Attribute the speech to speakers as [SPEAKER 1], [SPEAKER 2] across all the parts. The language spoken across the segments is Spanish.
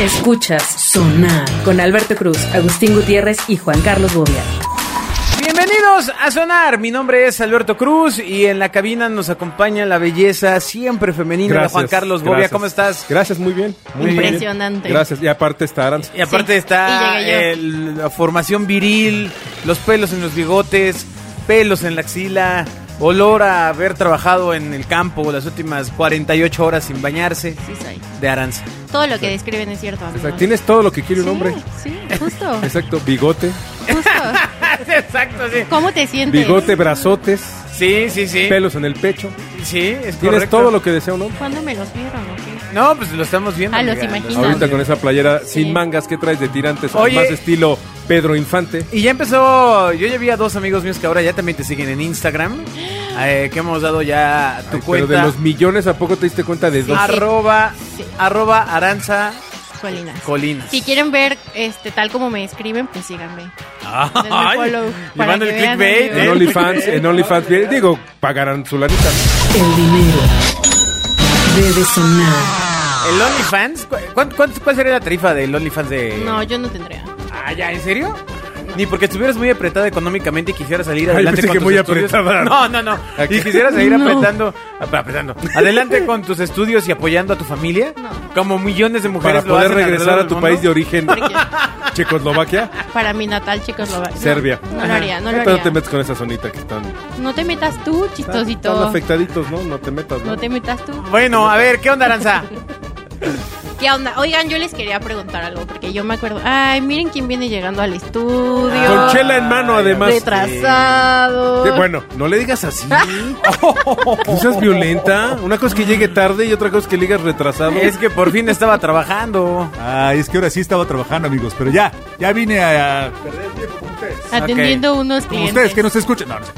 [SPEAKER 1] Escuchas Sonar con Alberto Cruz, Agustín Gutiérrez y Juan Carlos Bobia.
[SPEAKER 2] Bienvenidos a Sonar. Mi nombre es Alberto Cruz y en la cabina nos acompaña la belleza siempre femenina de Juan Carlos Bobia.
[SPEAKER 3] gracias.
[SPEAKER 2] ¿Cómo estás?
[SPEAKER 3] Gracias, muy bien. muy bien.
[SPEAKER 4] Impresionante.
[SPEAKER 3] Gracias. Y aparte está Aranz.
[SPEAKER 2] Y aparte
[SPEAKER 4] Sí,
[SPEAKER 2] está
[SPEAKER 4] y llegué yo.
[SPEAKER 2] el- la formación viril, los pelos en los bigotes, pelos en la axila, olor a haber trabajado en el campo las últimas 48 horas sin bañarse
[SPEAKER 4] Sí soy.
[SPEAKER 2] de Aranza.
[SPEAKER 4] Todo lo que describen es cierto, amigos.
[SPEAKER 3] Exacto. Tienes todo lo que quiere un
[SPEAKER 4] Sí,
[SPEAKER 3] hombre.
[SPEAKER 4] Sí, justo,
[SPEAKER 3] Exacto. Bigote.
[SPEAKER 4] justo.
[SPEAKER 2] Exacto, sí.
[SPEAKER 4] ¿Cómo te sientes?
[SPEAKER 3] Bigote, brazotes,
[SPEAKER 2] Sí, sí, sí.
[SPEAKER 3] pelos en el pecho.
[SPEAKER 2] Sí, es
[SPEAKER 3] Tienes
[SPEAKER 2] correcto.
[SPEAKER 3] todo lo que desea un hombre.
[SPEAKER 4] ¿Cuándo me los vieron o qué?
[SPEAKER 2] No, pues lo estamos viendo.
[SPEAKER 4] Ah, los
[SPEAKER 2] amiga.
[SPEAKER 4] imagino.
[SPEAKER 3] Ahorita
[SPEAKER 4] También.
[SPEAKER 3] con esa playera
[SPEAKER 4] Sí.
[SPEAKER 3] sin mangas que traes de tirantes, al
[SPEAKER 2] Oye.
[SPEAKER 3] más estilo Pedro Infante.
[SPEAKER 2] Y ya empezó, yo ya vi a dos amigos míos que ahora ya también te siguen en Instagram, eh, que hemos dado ya tu
[SPEAKER 3] Ay, Pero
[SPEAKER 2] cuenta.
[SPEAKER 3] de los millones, ¿a poco te diste cuenta de dos?
[SPEAKER 2] Arroba,
[SPEAKER 4] Sí.
[SPEAKER 2] arroba Aranza
[SPEAKER 4] Colinas.
[SPEAKER 2] Colinas.
[SPEAKER 4] Si quieren ver este tal como me escriben, pues síganme. denme
[SPEAKER 2] Ay,
[SPEAKER 4] follow para
[SPEAKER 2] llevando el
[SPEAKER 4] que vean,
[SPEAKER 2] clickbait.
[SPEAKER 4] amigos.
[SPEAKER 3] En
[SPEAKER 2] ¿eh?
[SPEAKER 3] OnlyFans, en OnlyFans, bien, digo, pagarán su lanita. ¿no?
[SPEAKER 1] El dinero debe sonar.
[SPEAKER 2] El OnlyFans, ¿cu- cuán- cuánto- ¿cuál sería la tarifa del OnlyFans de...?
[SPEAKER 4] No, yo no tendría.
[SPEAKER 2] Ah, ya, ¿en serio? Ni porque estuvieras muy apretada económicamente y quisieras salir adelante
[SPEAKER 3] pensé
[SPEAKER 2] con
[SPEAKER 3] que
[SPEAKER 2] tus
[SPEAKER 3] muy
[SPEAKER 2] estudios.
[SPEAKER 3] apretada.
[SPEAKER 2] No, no, no.
[SPEAKER 3] ¿A
[SPEAKER 2] Y
[SPEAKER 3] qué?
[SPEAKER 2] quisieras seguir
[SPEAKER 4] No.
[SPEAKER 2] apretando, ap- apretando. Adelante con tus estudios y apoyando a tu familia.
[SPEAKER 4] No.
[SPEAKER 2] Como millones de mujeres
[SPEAKER 3] Para
[SPEAKER 2] lo
[SPEAKER 3] poder
[SPEAKER 2] hacen
[SPEAKER 3] regresar
[SPEAKER 2] alrededor
[SPEAKER 3] a tu
[SPEAKER 2] del
[SPEAKER 3] país de
[SPEAKER 2] mundo.
[SPEAKER 3] origen,
[SPEAKER 4] Porque
[SPEAKER 3] Checoslovaquia,
[SPEAKER 4] para mi natal, chicos, lo va- no,
[SPEAKER 3] Serbia.
[SPEAKER 4] No, lo haría, no lo
[SPEAKER 3] Pero no
[SPEAKER 4] haría.
[SPEAKER 3] te metes con esa zonita que están.
[SPEAKER 4] No te metas
[SPEAKER 3] Están
[SPEAKER 4] tú,
[SPEAKER 3] están
[SPEAKER 4] chistosito.
[SPEAKER 3] afectaditos, ¿no? No te metas, ¿no?
[SPEAKER 4] No te metas tú.
[SPEAKER 2] Bueno, a ver, ¿qué onda, Aranza?
[SPEAKER 4] ¿Qué onda? Oigan, yo les quería preguntar algo porque yo me acuerdo. Ay, miren quién viene llegando al estudio.
[SPEAKER 3] Con chela en mano,
[SPEAKER 2] Ay,
[SPEAKER 3] además.
[SPEAKER 4] Retrasado.
[SPEAKER 3] Sí, bueno, no le digas así. No seas violenta. Una cosa es que llegue tarde y otra cosa es que le digas retrasado.
[SPEAKER 2] Es que por fin estaba trabajando.
[SPEAKER 5] Ay, es que ahora sí estaba trabajando, amigos, pero ya, ya vine a... a-
[SPEAKER 4] Atendiendo unos
[SPEAKER 5] Como
[SPEAKER 4] clientes.
[SPEAKER 5] ustedes que no se escuchan. No, no sé.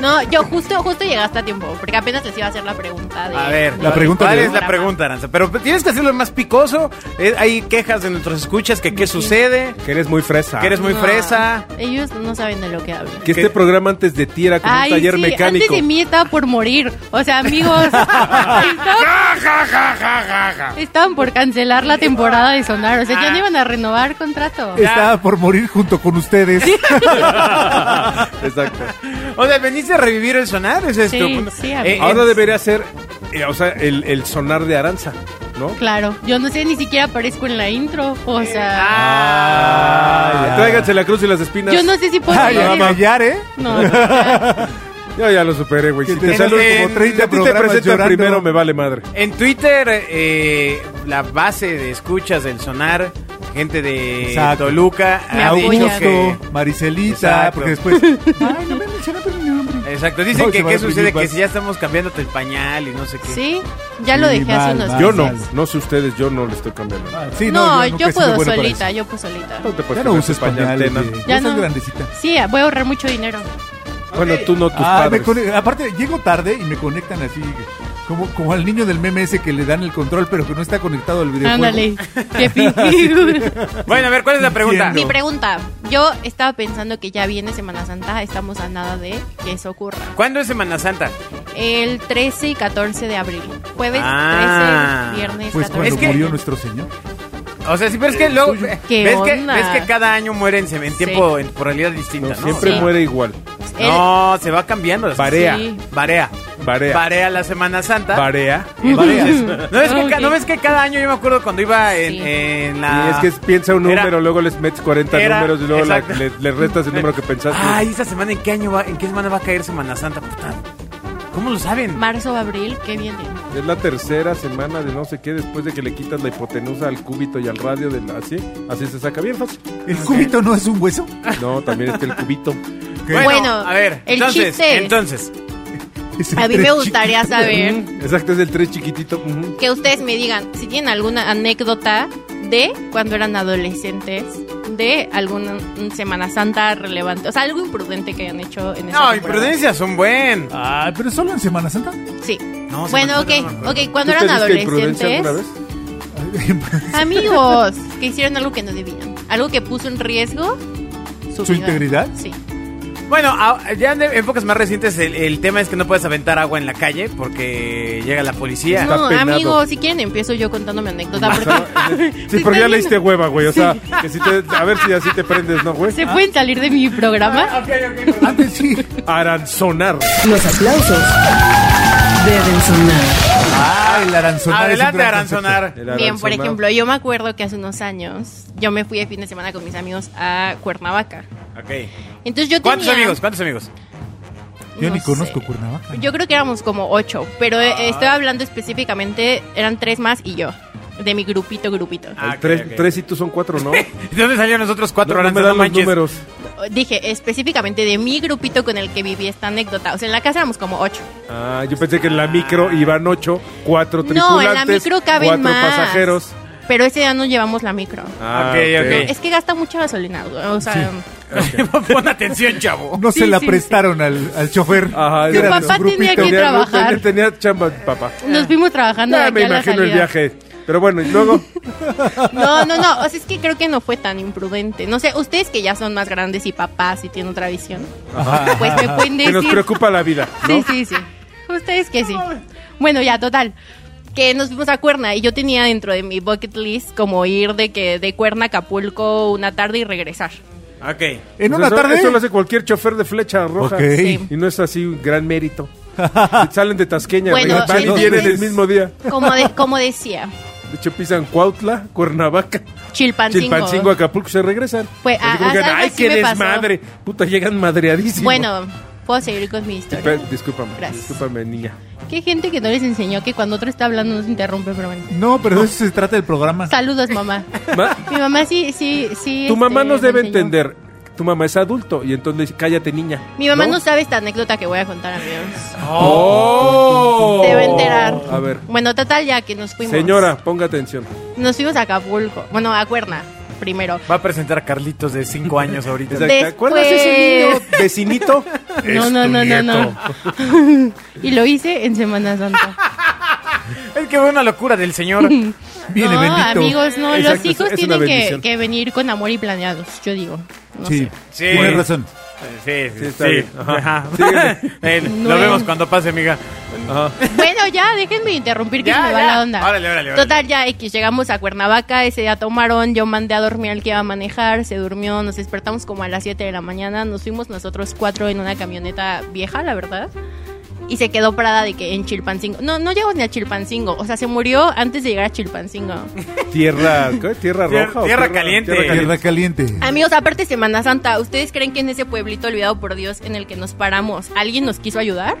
[SPEAKER 4] No, yo justo, justo llegaste a tiempo, porque apenas les iba a hacer la pregunta. de-
[SPEAKER 2] A ver,
[SPEAKER 4] de-
[SPEAKER 5] la pregunta
[SPEAKER 2] ¿cuál
[SPEAKER 5] de-
[SPEAKER 2] es la pregunta, Aranza? Pero tienes que hacerlo más picoso. Eh, hay quejas de nuestros escuchas que qué sucede,
[SPEAKER 3] Que eres muy fresa.
[SPEAKER 2] que eres muy
[SPEAKER 4] No,
[SPEAKER 2] fresa.
[SPEAKER 4] Ellos no saben de lo que hablan.
[SPEAKER 3] Que este programa antes de ti era como
[SPEAKER 4] Ay,
[SPEAKER 3] un taller
[SPEAKER 4] sí,
[SPEAKER 3] mecánico.
[SPEAKER 4] antes de mí estaba por morir. O sea, amigos, estaban por cancelar la temporada de Sonar. O sea, ya no iban a renovar contrato.
[SPEAKER 3] Eh,
[SPEAKER 5] Estaba por morir junto con ustedes.
[SPEAKER 3] Exacto.
[SPEAKER 2] O sea, veniste a revivir el sonar, ese es
[SPEAKER 4] Sí,
[SPEAKER 2] tu punto.
[SPEAKER 4] sí, amigo.
[SPEAKER 3] Ahora debería ser, eh, o sea, el, el sonar de Aranza, ¿no?
[SPEAKER 4] Claro, yo no sé, ni siquiera aparezco en la intro. O sea,
[SPEAKER 3] Ah, Tráiganse la cruz y las espinas.
[SPEAKER 4] yo no sé si puedo.
[SPEAKER 5] Ay,
[SPEAKER 4] decir-
[SPEAKER 5] a callar, ¿eh?
[SPEAKER 4] No, no.
[SPEAKER 3] Yo ya lo superé, güey.
[SPEAKER 5] Que
[SPEAKER 3] Si te
[SPEAKER 5] tienes
[SPEAKER 3] saludo
[SPEAKER 2] como
[SPEAKER 3] como 30 eh,
[SPEAKER 5] 30
[SPEAKER 3] te
[SPEAKER 5] programas
[SPEAKER 3] presentan
[SPEAKER 5] llorando.
[SPEAKER 3] primero, me vale madre.
[SPEAKER 2] En Twitter, eh, la base de escuchas del sonar, gente de
[SPEAKER 5] Exacto.
[SPEAKER 2] Toluca,
[SPEAKER 4] Me
[SPEAKER 2] ha dicho
[SPEAKER 4] apoyan.
[SPEAKER 3] Eh,
[SPEAKER 2] que...
[SPEAKER 5] Augusto, Maricelita,
[SPEAKER 2] Exacto.
[SPEAKER 5] porque después... Ay, no me mencionaron mi nombre.
[SPEAKER 2] Exacto, dicen
[SPEAKER 5] No,
[SPEAKER 2] que
[SPEAKER 5] se van
[SPEAKER 2] qué
[SPEAKER 5] a
[SPEAKER 2] sucede,
[SPEAKER 5] principal.
[SPEAKER 2] que si ya estamos cambiándote el pañal y no sé qué.
[SPEAKER 4] Sí, ya lo
[SPEAKER 5] Sí,
[SPEAKER 4] dejé hace
[SPEAKER 5] mal,
[SPEAKER 4] unos
[SPEAKER 5] mal.
[SPEAKER 3] Yo
[SPEAKER 4] meses.
[SPEAKER 3] no, no sé ustedes, yo no le estoy cambiando.
[SPEAKER 5] Ah,
[SPEAKER 3] nada. pues,
[SPEAKER 5] sí,
[SPEAKER 4] no,
[SPEAKER 5] nunca
[SPEAKER 4] yo
[SPEAKER 5] he sido
[SPEAKER 4] puedo
[SPEAKER 5] bueno para
[SPEAKER 4] solita,
[SPEAKER 5] eso.
[SPEAKER 4] yo puedo solita.
[SPEAKER 3] No te puedes
[SPEAKER 5] Ya no
[SPEAKER 3] poner
[SPEAKER 5] uses
[SPEAKER 3] tu pañal,
[SPEAKER 5] pañales,
[SPEAKER 3] nena.
[SPEAKER 5] güey. Ya
[SPEAKER 4] Ya
[SPEAKER 5] estás
[SPEAKER 4] no.
[SPEAKER 5] grandecita.
[SPEAKER 4] Sí, ah, voy a ahorrar mucho dinero.
[SPEAKER 3] Bueno, tú no, tus
[SPEAKER 5] Ah, me
[SPEAKER 3] padres.
[SPEAKER 5] cone- aparte, llego tarde y me conectan así, como, como al niño del meme ese que le dan el control, pero que no está conectado al videojuego.
[SPEAKER 4] Ándale, qué fingido.
[SPEAKER 2] Bueno, a ver, ¿cuál es la pregunta?
[SPEAKER 4] Mi
[SPEAKER 5] Entiendo.
[SPEAKER 4] pregunta, yo estaba pensando que ya viene Semana Santa, estamos a nada de que eso ocurra.
[SPEAKER 2] ¿Cuándo es Semana Santa?
[SPEAKER 4] El 13 y 14 de abril. Jueves
[SPEAKER 2] Ah.
[SPEAKER 4] 13, viernes
[SPEAKER 5] Pues
[SPEAKER 4] 14.
[SPEAKER 5] cuando
[SPEAKER 2] Es que-
[SPEAKER 5] murió nuestro señor.
[SPEAKER 2] O sea, sí, pero es que luego. eh, ¿ves
[SPEAKER 4] ¿Qué
[SPEAKER 2] que,
[SPEAKER 4] onda?
[SPEAKER 2] ves que cada año mueren en tiempo, en pluralidad distinta,
[SPEAKER 3] No,
[SPEAKER 2] ¿no?
[SPEAKER 3] siempre
[SPEAKER 4] Sí.
[SPEAKER 3] muere igual.
[SPEAKER 4] El-
[SPEAKER 2] No, se va cambiando. las-
[SPEAKER 3] Varea.
[SPEAKER 4] Sí.
[SPEAKER 2] Varea.
[SPEAKER 3] Varea.
[SPEAKER 2] Varea la Semana Santa.
[SPEAKER 3] Varea.
[SPEAKER 2] Entonces, ¿no, ves que, ca-
[SPEAKER 4] Ok.
[SPEAKER 2] no ves que cada año yo me acuerdo cuando iba en,
[SPEAKER 4] Sí.
[SPEAKER 2] en la.
[SPEAKER 3] Y es que es- piensa un
[SPEAKER 2] Era-
[SPEAKER 3] número, luego les metes 40
[SPEAKER 2] era-
[SPEAKER 3] números y luego la-
[SPEAKER 2] exacto.
[SPEAKER 3] le, le restas el número que pensaste.
[SPEAKER 2] Ay, esta semana, ¿en qué año va, en qué semana va a caer Semana Santa? Puta. ¿Cómo lo saben?
[SPEAKER 4] marzo o abril, ¿qué viene?
[SPEAKER 3] Es la tercera semana de no sé qué después de que le quitas la hipotenusa al cúbito y al radio de la- así. Así se saca bien fácil.
[SPEAKER 5] ¿El cúbito no es un hueso?
[SPEAKER 3] No, también es que el cubito.
[SPEAKER 5] Bueno,
[SPEAKER 2] a ver,
[SPEAKER 4] el
[SPEAKER 2] entonces,
[SPEAKER 4] chiste es-
[SPEAKER 2] entonces,
[SPEAKER 5] Es
[SPEAKER 4] A mí
[SPEAKER 5] entre
[SPEAKER 4] me gustaría saber
[SPEAKER 3] Ujú, Exacto, es el tres chiquitito. ujú.
[SPEAKER 4] que ustedes me digan si tienen alguna anécdota de cuando eran adolescentes, de alguna mm, Semana Santa relevante, o sea, algo imprudente que hayan hecho en esa
[SPEAKER 2] no,
[SPEAKER 4] temporada.
[SPEAKER 2] imprudencias son buen.
[SPEAKER 5] Ay, pero solo en Semana Santa.
[SPEAKER 4] Sí.
[SPEAKER 2] No,
[SPEAKER 4] bueno,
[SPEAKER 2] Semana Santa no
[SPEAKER 4] ok,
[SPEAKER 2] me acuerdo.
[SPEAKER 4] ok, cuando
[SPEAKER 3] ¿Tú
[SPEAKER 4] eran
[SPEAKER 3] te diste imprudencia alguna
[SPEAKER 4] adolescentes,
[SPEAKER 3] vez?
[SPEAKER 4] amigos, que hicieron algo que no debían, algo que puso en riesgo su,
[SPEAKER 5] ¿Su
[SPEAKER 4] vida.
[SPEAKER 5] integridad?
[SPEAKER 4] Sí.
[SPEAKER 2] Bueno, a- ya en épocas más recientes el, el tema es que no puedes aventar agua en la calle porque llega la policía.
[SPEAKER 3] Está
[SPEAKER 4] No,
[SPEAKER 3] penado.
[SPEAKER 4] amigo, si quieren empiezo yo contando mi anécdota.
[SPEAKER 3] O sea,
[SPEAKER 4] porque-
[SPEAKER 3] sí, porque ya le diste hueva, güey. O sea, que si te- a ver si así te prendes, ¿no, güey?
[SPEAKER 4] ¿Se pueden salir de mi
[SPEAKER 2] Ah,
[SPEAKER 4] programa?
[SPEAKER 5] Antes sí.
[SPEAKER 3] Aranzonar.
[SPEAKER 1] Los aplausos deben sonar.
[SPEAKER 5] Ah, el aranzonar. es un
[SPEAKER 2] Adelante,
[SPEAKER 5] gran
[SPEAKER 2] Aranzonar.
[SPEAKER 3] El
[SPEAKER 4] Bien, por
[SPEAKER 3] aranzonar.
[SPEAKER 4] ejemplo, yo me acuerdo que hace unos años yo me fui de fin de semana con mis amigos a Cuernavaca.
[SPEAKER 2] Ok.
[SPEAKER 4] Entonces yo
[SPEAKER 2] ¿Cuántos
[SPEAKER 4] tenía-
[SPEAKER 2] amigos? ¿Cuántos amigos?
[SPEAKER 5] concepto. Yo
[SPEAKER 4] no
[SPEAKER 5] ni conozco
[SPEAKER 4] sé.
[SPEAKER 5] Cuernavaca.
[SPEAKER 4] Yo creo que éramos como ocho, pero
[SPEAKER 2] Ah.
[SPEAKER 4] eh, estoy hablando específicamente, eran tres más y yo, de mi grupito, grupito.
[SPEAKER 2] Ah,
[SPEAKER 3] El tres,
[SPEAKER 2] ok, ok.
[SPEAKER 3] tres y tú son cuatro, ¿no?
[SPEAKER 2] ¿De dónde salieron nosotros cuatro
[SPEAKER 3] no, no me
[SPEAKER 2] Aranzonar?
[SPEAKER 3] dan los
[SPEAKER 2] manches?
[SPEAKER 3] números.
[SPEAKER 4] Dije específicamente de mi grupito con el que viví esta anécdota. O sea, en la casa éramos como ocho.
[SPEAKER 3] Ah, yo pensé que en la
[SPEAKER 2] Ah.
[SPEAKER 3] micro iban ocho, cuatro
[SPEAKER 4] No, en la
[SPEAKER 3] tripulantes,
[SPEAKER 4] micro caben
[SPEAKER 3] cuatro
[SPEAKER 4] más.
[SPEAKER 3] pasajeros.
[SPEAKER 4] Pero ese día no llevamos la micro.
[SPEAKER 3] Ah,
[SPEAKER 2] Ok,
[SPEAKER 4] No,
[SPEAKER 2] ok.
[SPEAKER 4] es que gasta mucha gasolina. O sea,
[SPEAKER 2] Pon atención, chavo.
[SPEAKER 5] No se
[SPEAKER 4] Sí,
[SPEAKER 5] la
[SPEAKER 4] sí,
[SPEAKER 5] prestaron Al, al chofer.
[SPEAKER 3] Ajá,
[SPEAKER 5] que
[SPEAKER 3] tu
[SPEAKER 5] era de su
[SPEAKER 4] papá tenía
[SPEAKER 5] grupito.
[SPEAKER 4] que
[SPEAKER 3] Tenía, no,
[SPEAKER 4] trabajar.
[SPEAKER 3] tenía- tenía chamba, papá.
[SPEAKER 2] Ah.
[SPEAKER 4] nos fuimos trabajando. de
[SPEAKER 3] Ya
[SPEAKER 4] aquí
[SPEAKER 3] me
[SPEAKER 4] a la
[SPEAKER 3] imagino el
[SPEAKER 4] salida.
[SPEAKER 3] viaje. Pero bueno, y luego.
[SPEAKER 4] No, no, no. O sea, es que creo que no fue tan imprudente. No sé, ustedes que ya son más grandes y papás y tienen otra visión, pues me pueden
[SPEAKER 3] Que
[SPEAKER 4] decir.
[SPEAKER 3] nos preocupa la vida, ¿no?
[SPEAKER 4] Sí, sí, sí. Ustedes que sí. Bueno, ya, total. Que nos fuimos a Cuerna y yo tenía dentro de mi bucket list como ir de que de Cuerna a Acapulco una tarde y regresar.
[SPEAKER 2] Ok.
[SPEAKER 5] En
[SPEAKER 3] Pues
[SPEAKER 5] una
[SPEAKER 3] eso,
[SPEAKER 5] tarde.
[SPEAKER 3] Eso lo hace cualquier chofer de flecha roja.
[SPEAKER 5] Ok.
[SPEAKER 4] Sí.
[SPEAKER 3] Y no es así un gran mérito. Salen de Tasqueña,
[SPEAKER 4] Bueno,
[SPEAKER 3] güey, van y
[SPEAKER 4] entonces-
[SPEAKER 3] vienen el mismo día.
[SPEAKER 4] Como, de- como decía,
[SPEAKER 3] De hecho, pisan Cuautla, Cuernavaca,
[SPEAKER 4] Chilpancingo.
[SPEAKER 3] Chilpancingo, Acapulco, se regresan.
[SPEAKER 4] Pues,
[SPEAKER 3] Así
[SPEAKER 4] a-
[SPEAKER 3] como
[SPEAKER 4] a-
[SPEAKER 3] que,
[SPEAKER 4] algo
[SPEAKER 3] ¡Ay,
[SPEAKER 4] así
[SPEAKER 3] qué
[SPEAKER 4] me pasó".
[SPEAKER 3] desmadre! Puta, llegan madreadísimos.
[SPEAKER 4] Bueno, puedo seguir con mi historia.
[SPEAKER 3] Pe- discúlpame,
[SPEAKER 4] Gracias.
[SPEAKER 3] discúlpame, niña.
[SPEAKER 4] Qué gente que no les enseñó que cuando otro está hablando no se interrumpe, pero bueno.
[SPEAKER 5] No, pero de eso se trata el programa.
[SPEAKER 4] Saludos, mamá.
[SPEAKER 3] Ma-
[SPEAKER 4] Mi mamá sí, sí, sí.
[SPEAKER 3] tu mamá
[SPEAKER 4] este,
[SPEAKER 3] nos
[SPEAKER 4] me
[SPEAKER 3] debe
[SPEAKER 4] enseñó.
[SPEAKER 3] entender. Tu mamá es adulto y entonces le dice, cállate, niña.
[SPEAKER 4] Mi mamá ¿No? sabe esta anécdota que voy a contar, amigos.
[SPEAKER 3] ¡Oh!
[SPEAKER 4] Se va a enterar.
[SPEAKER 3] A ver,
[SPEAKER 4] Bueno, total, ya que nos fuimos.
[SPEAKER 3] señora, ponga atención.
[SPEAKER 4] Nos fuimos a Acapulco. Bueno, a Cuerna, primero.
[SPEAKER 2] Va a presentar a Carlitos de 5 años ahorita.
[SPEAKER 3] Exacto. ¿Te acuerdas de ese niño vecinito?
[SPEAKER 4] No,
[SPEAKER 3] Es
[SPEAKER 4] no,
[SPEAKER 3] tu
[SPEAKER 4] no, no,
[SPEAKER 3] nieto.
[SPEAKER 4] no. y lo hice en Semana Santa.
[SPEAKER 2] Es que fue una locura del señor.
[SPEAKER 5] Viene
[SPEAKER 4] no,
[SPEAKER 5] bendito.
[SPEAKER 4] amigos, no.
[SPEAKER 3] Exacto,
[SPEAKER 4] los
[SPEAKER 3] es-
[SPEAKER 4] hijos
[SPEAKER 3] es una
[SPEAKER 4] tienen que,
[SPEAKER 3] bendición.
[SPEAKER 4] que venir con amor y planeados, yo digo. No
[SPEAKER 5] sí.
[SPEAKER 4] sé.
[SPEAKER 2] Sí.
[SPEAKER 5] Tienes razón.
[SPEAKER 2] Sí, sí,
[SPEAKER 3] está
[SPEAKER 2] sí.
[SPEAKER 3] bien.
[SPEAKER 2] Ajá.
[SPEAKER 3] Síguele.
[SPEAKER 2] Eh,
[SPEAKER 4] No
[SPEAKER 2] Lo
[SPEAKER 4] es-
[SPEAKER 2] vemos cuando pase, amiga.
[SPEAKER 3] Ajá.
[SPEAKER 4] Bueno, ya, déjenme interrumpir que
[SPEAKER 2] Ya,
[SPEAKER 4] se me va
[SPEAKER 2] ya.
[SPEAKER 4] la onda.
[SPEAKER 2] Órale, órale, órale.
[SPEAKER 4] Total, ya, X, llegamos a Cuernavaca, ese día tomaron, yo mandé a dormir al que iba a manejar, se durmió, nos despertamos como a las 7 de la mañana, nos fuimos nosotros cuatro en una camioneta vieja, la verdad. Y se quedó parada de que en Chilpancingo. No, no llegó ni a Chilpancingo. O sea, se murió antes de llegar a Chilpancingo.
[SPEAKER 3] Tierra, ¿qué? Tierra
[SPEAKER 2] Tierra-
[SPEAKER 3] roja. o
[SPEAKER 2] tierra caliente.
[SPEAKER 3] tierra
[SPEAKER 5] Tierra caliente.
[SPEAKER 4] Amigos, aparte Semana Santa, ¿ustedes creen que en ese pueblito olvidado por Dios en el que nos paramos, alguien nos quiso ayudar?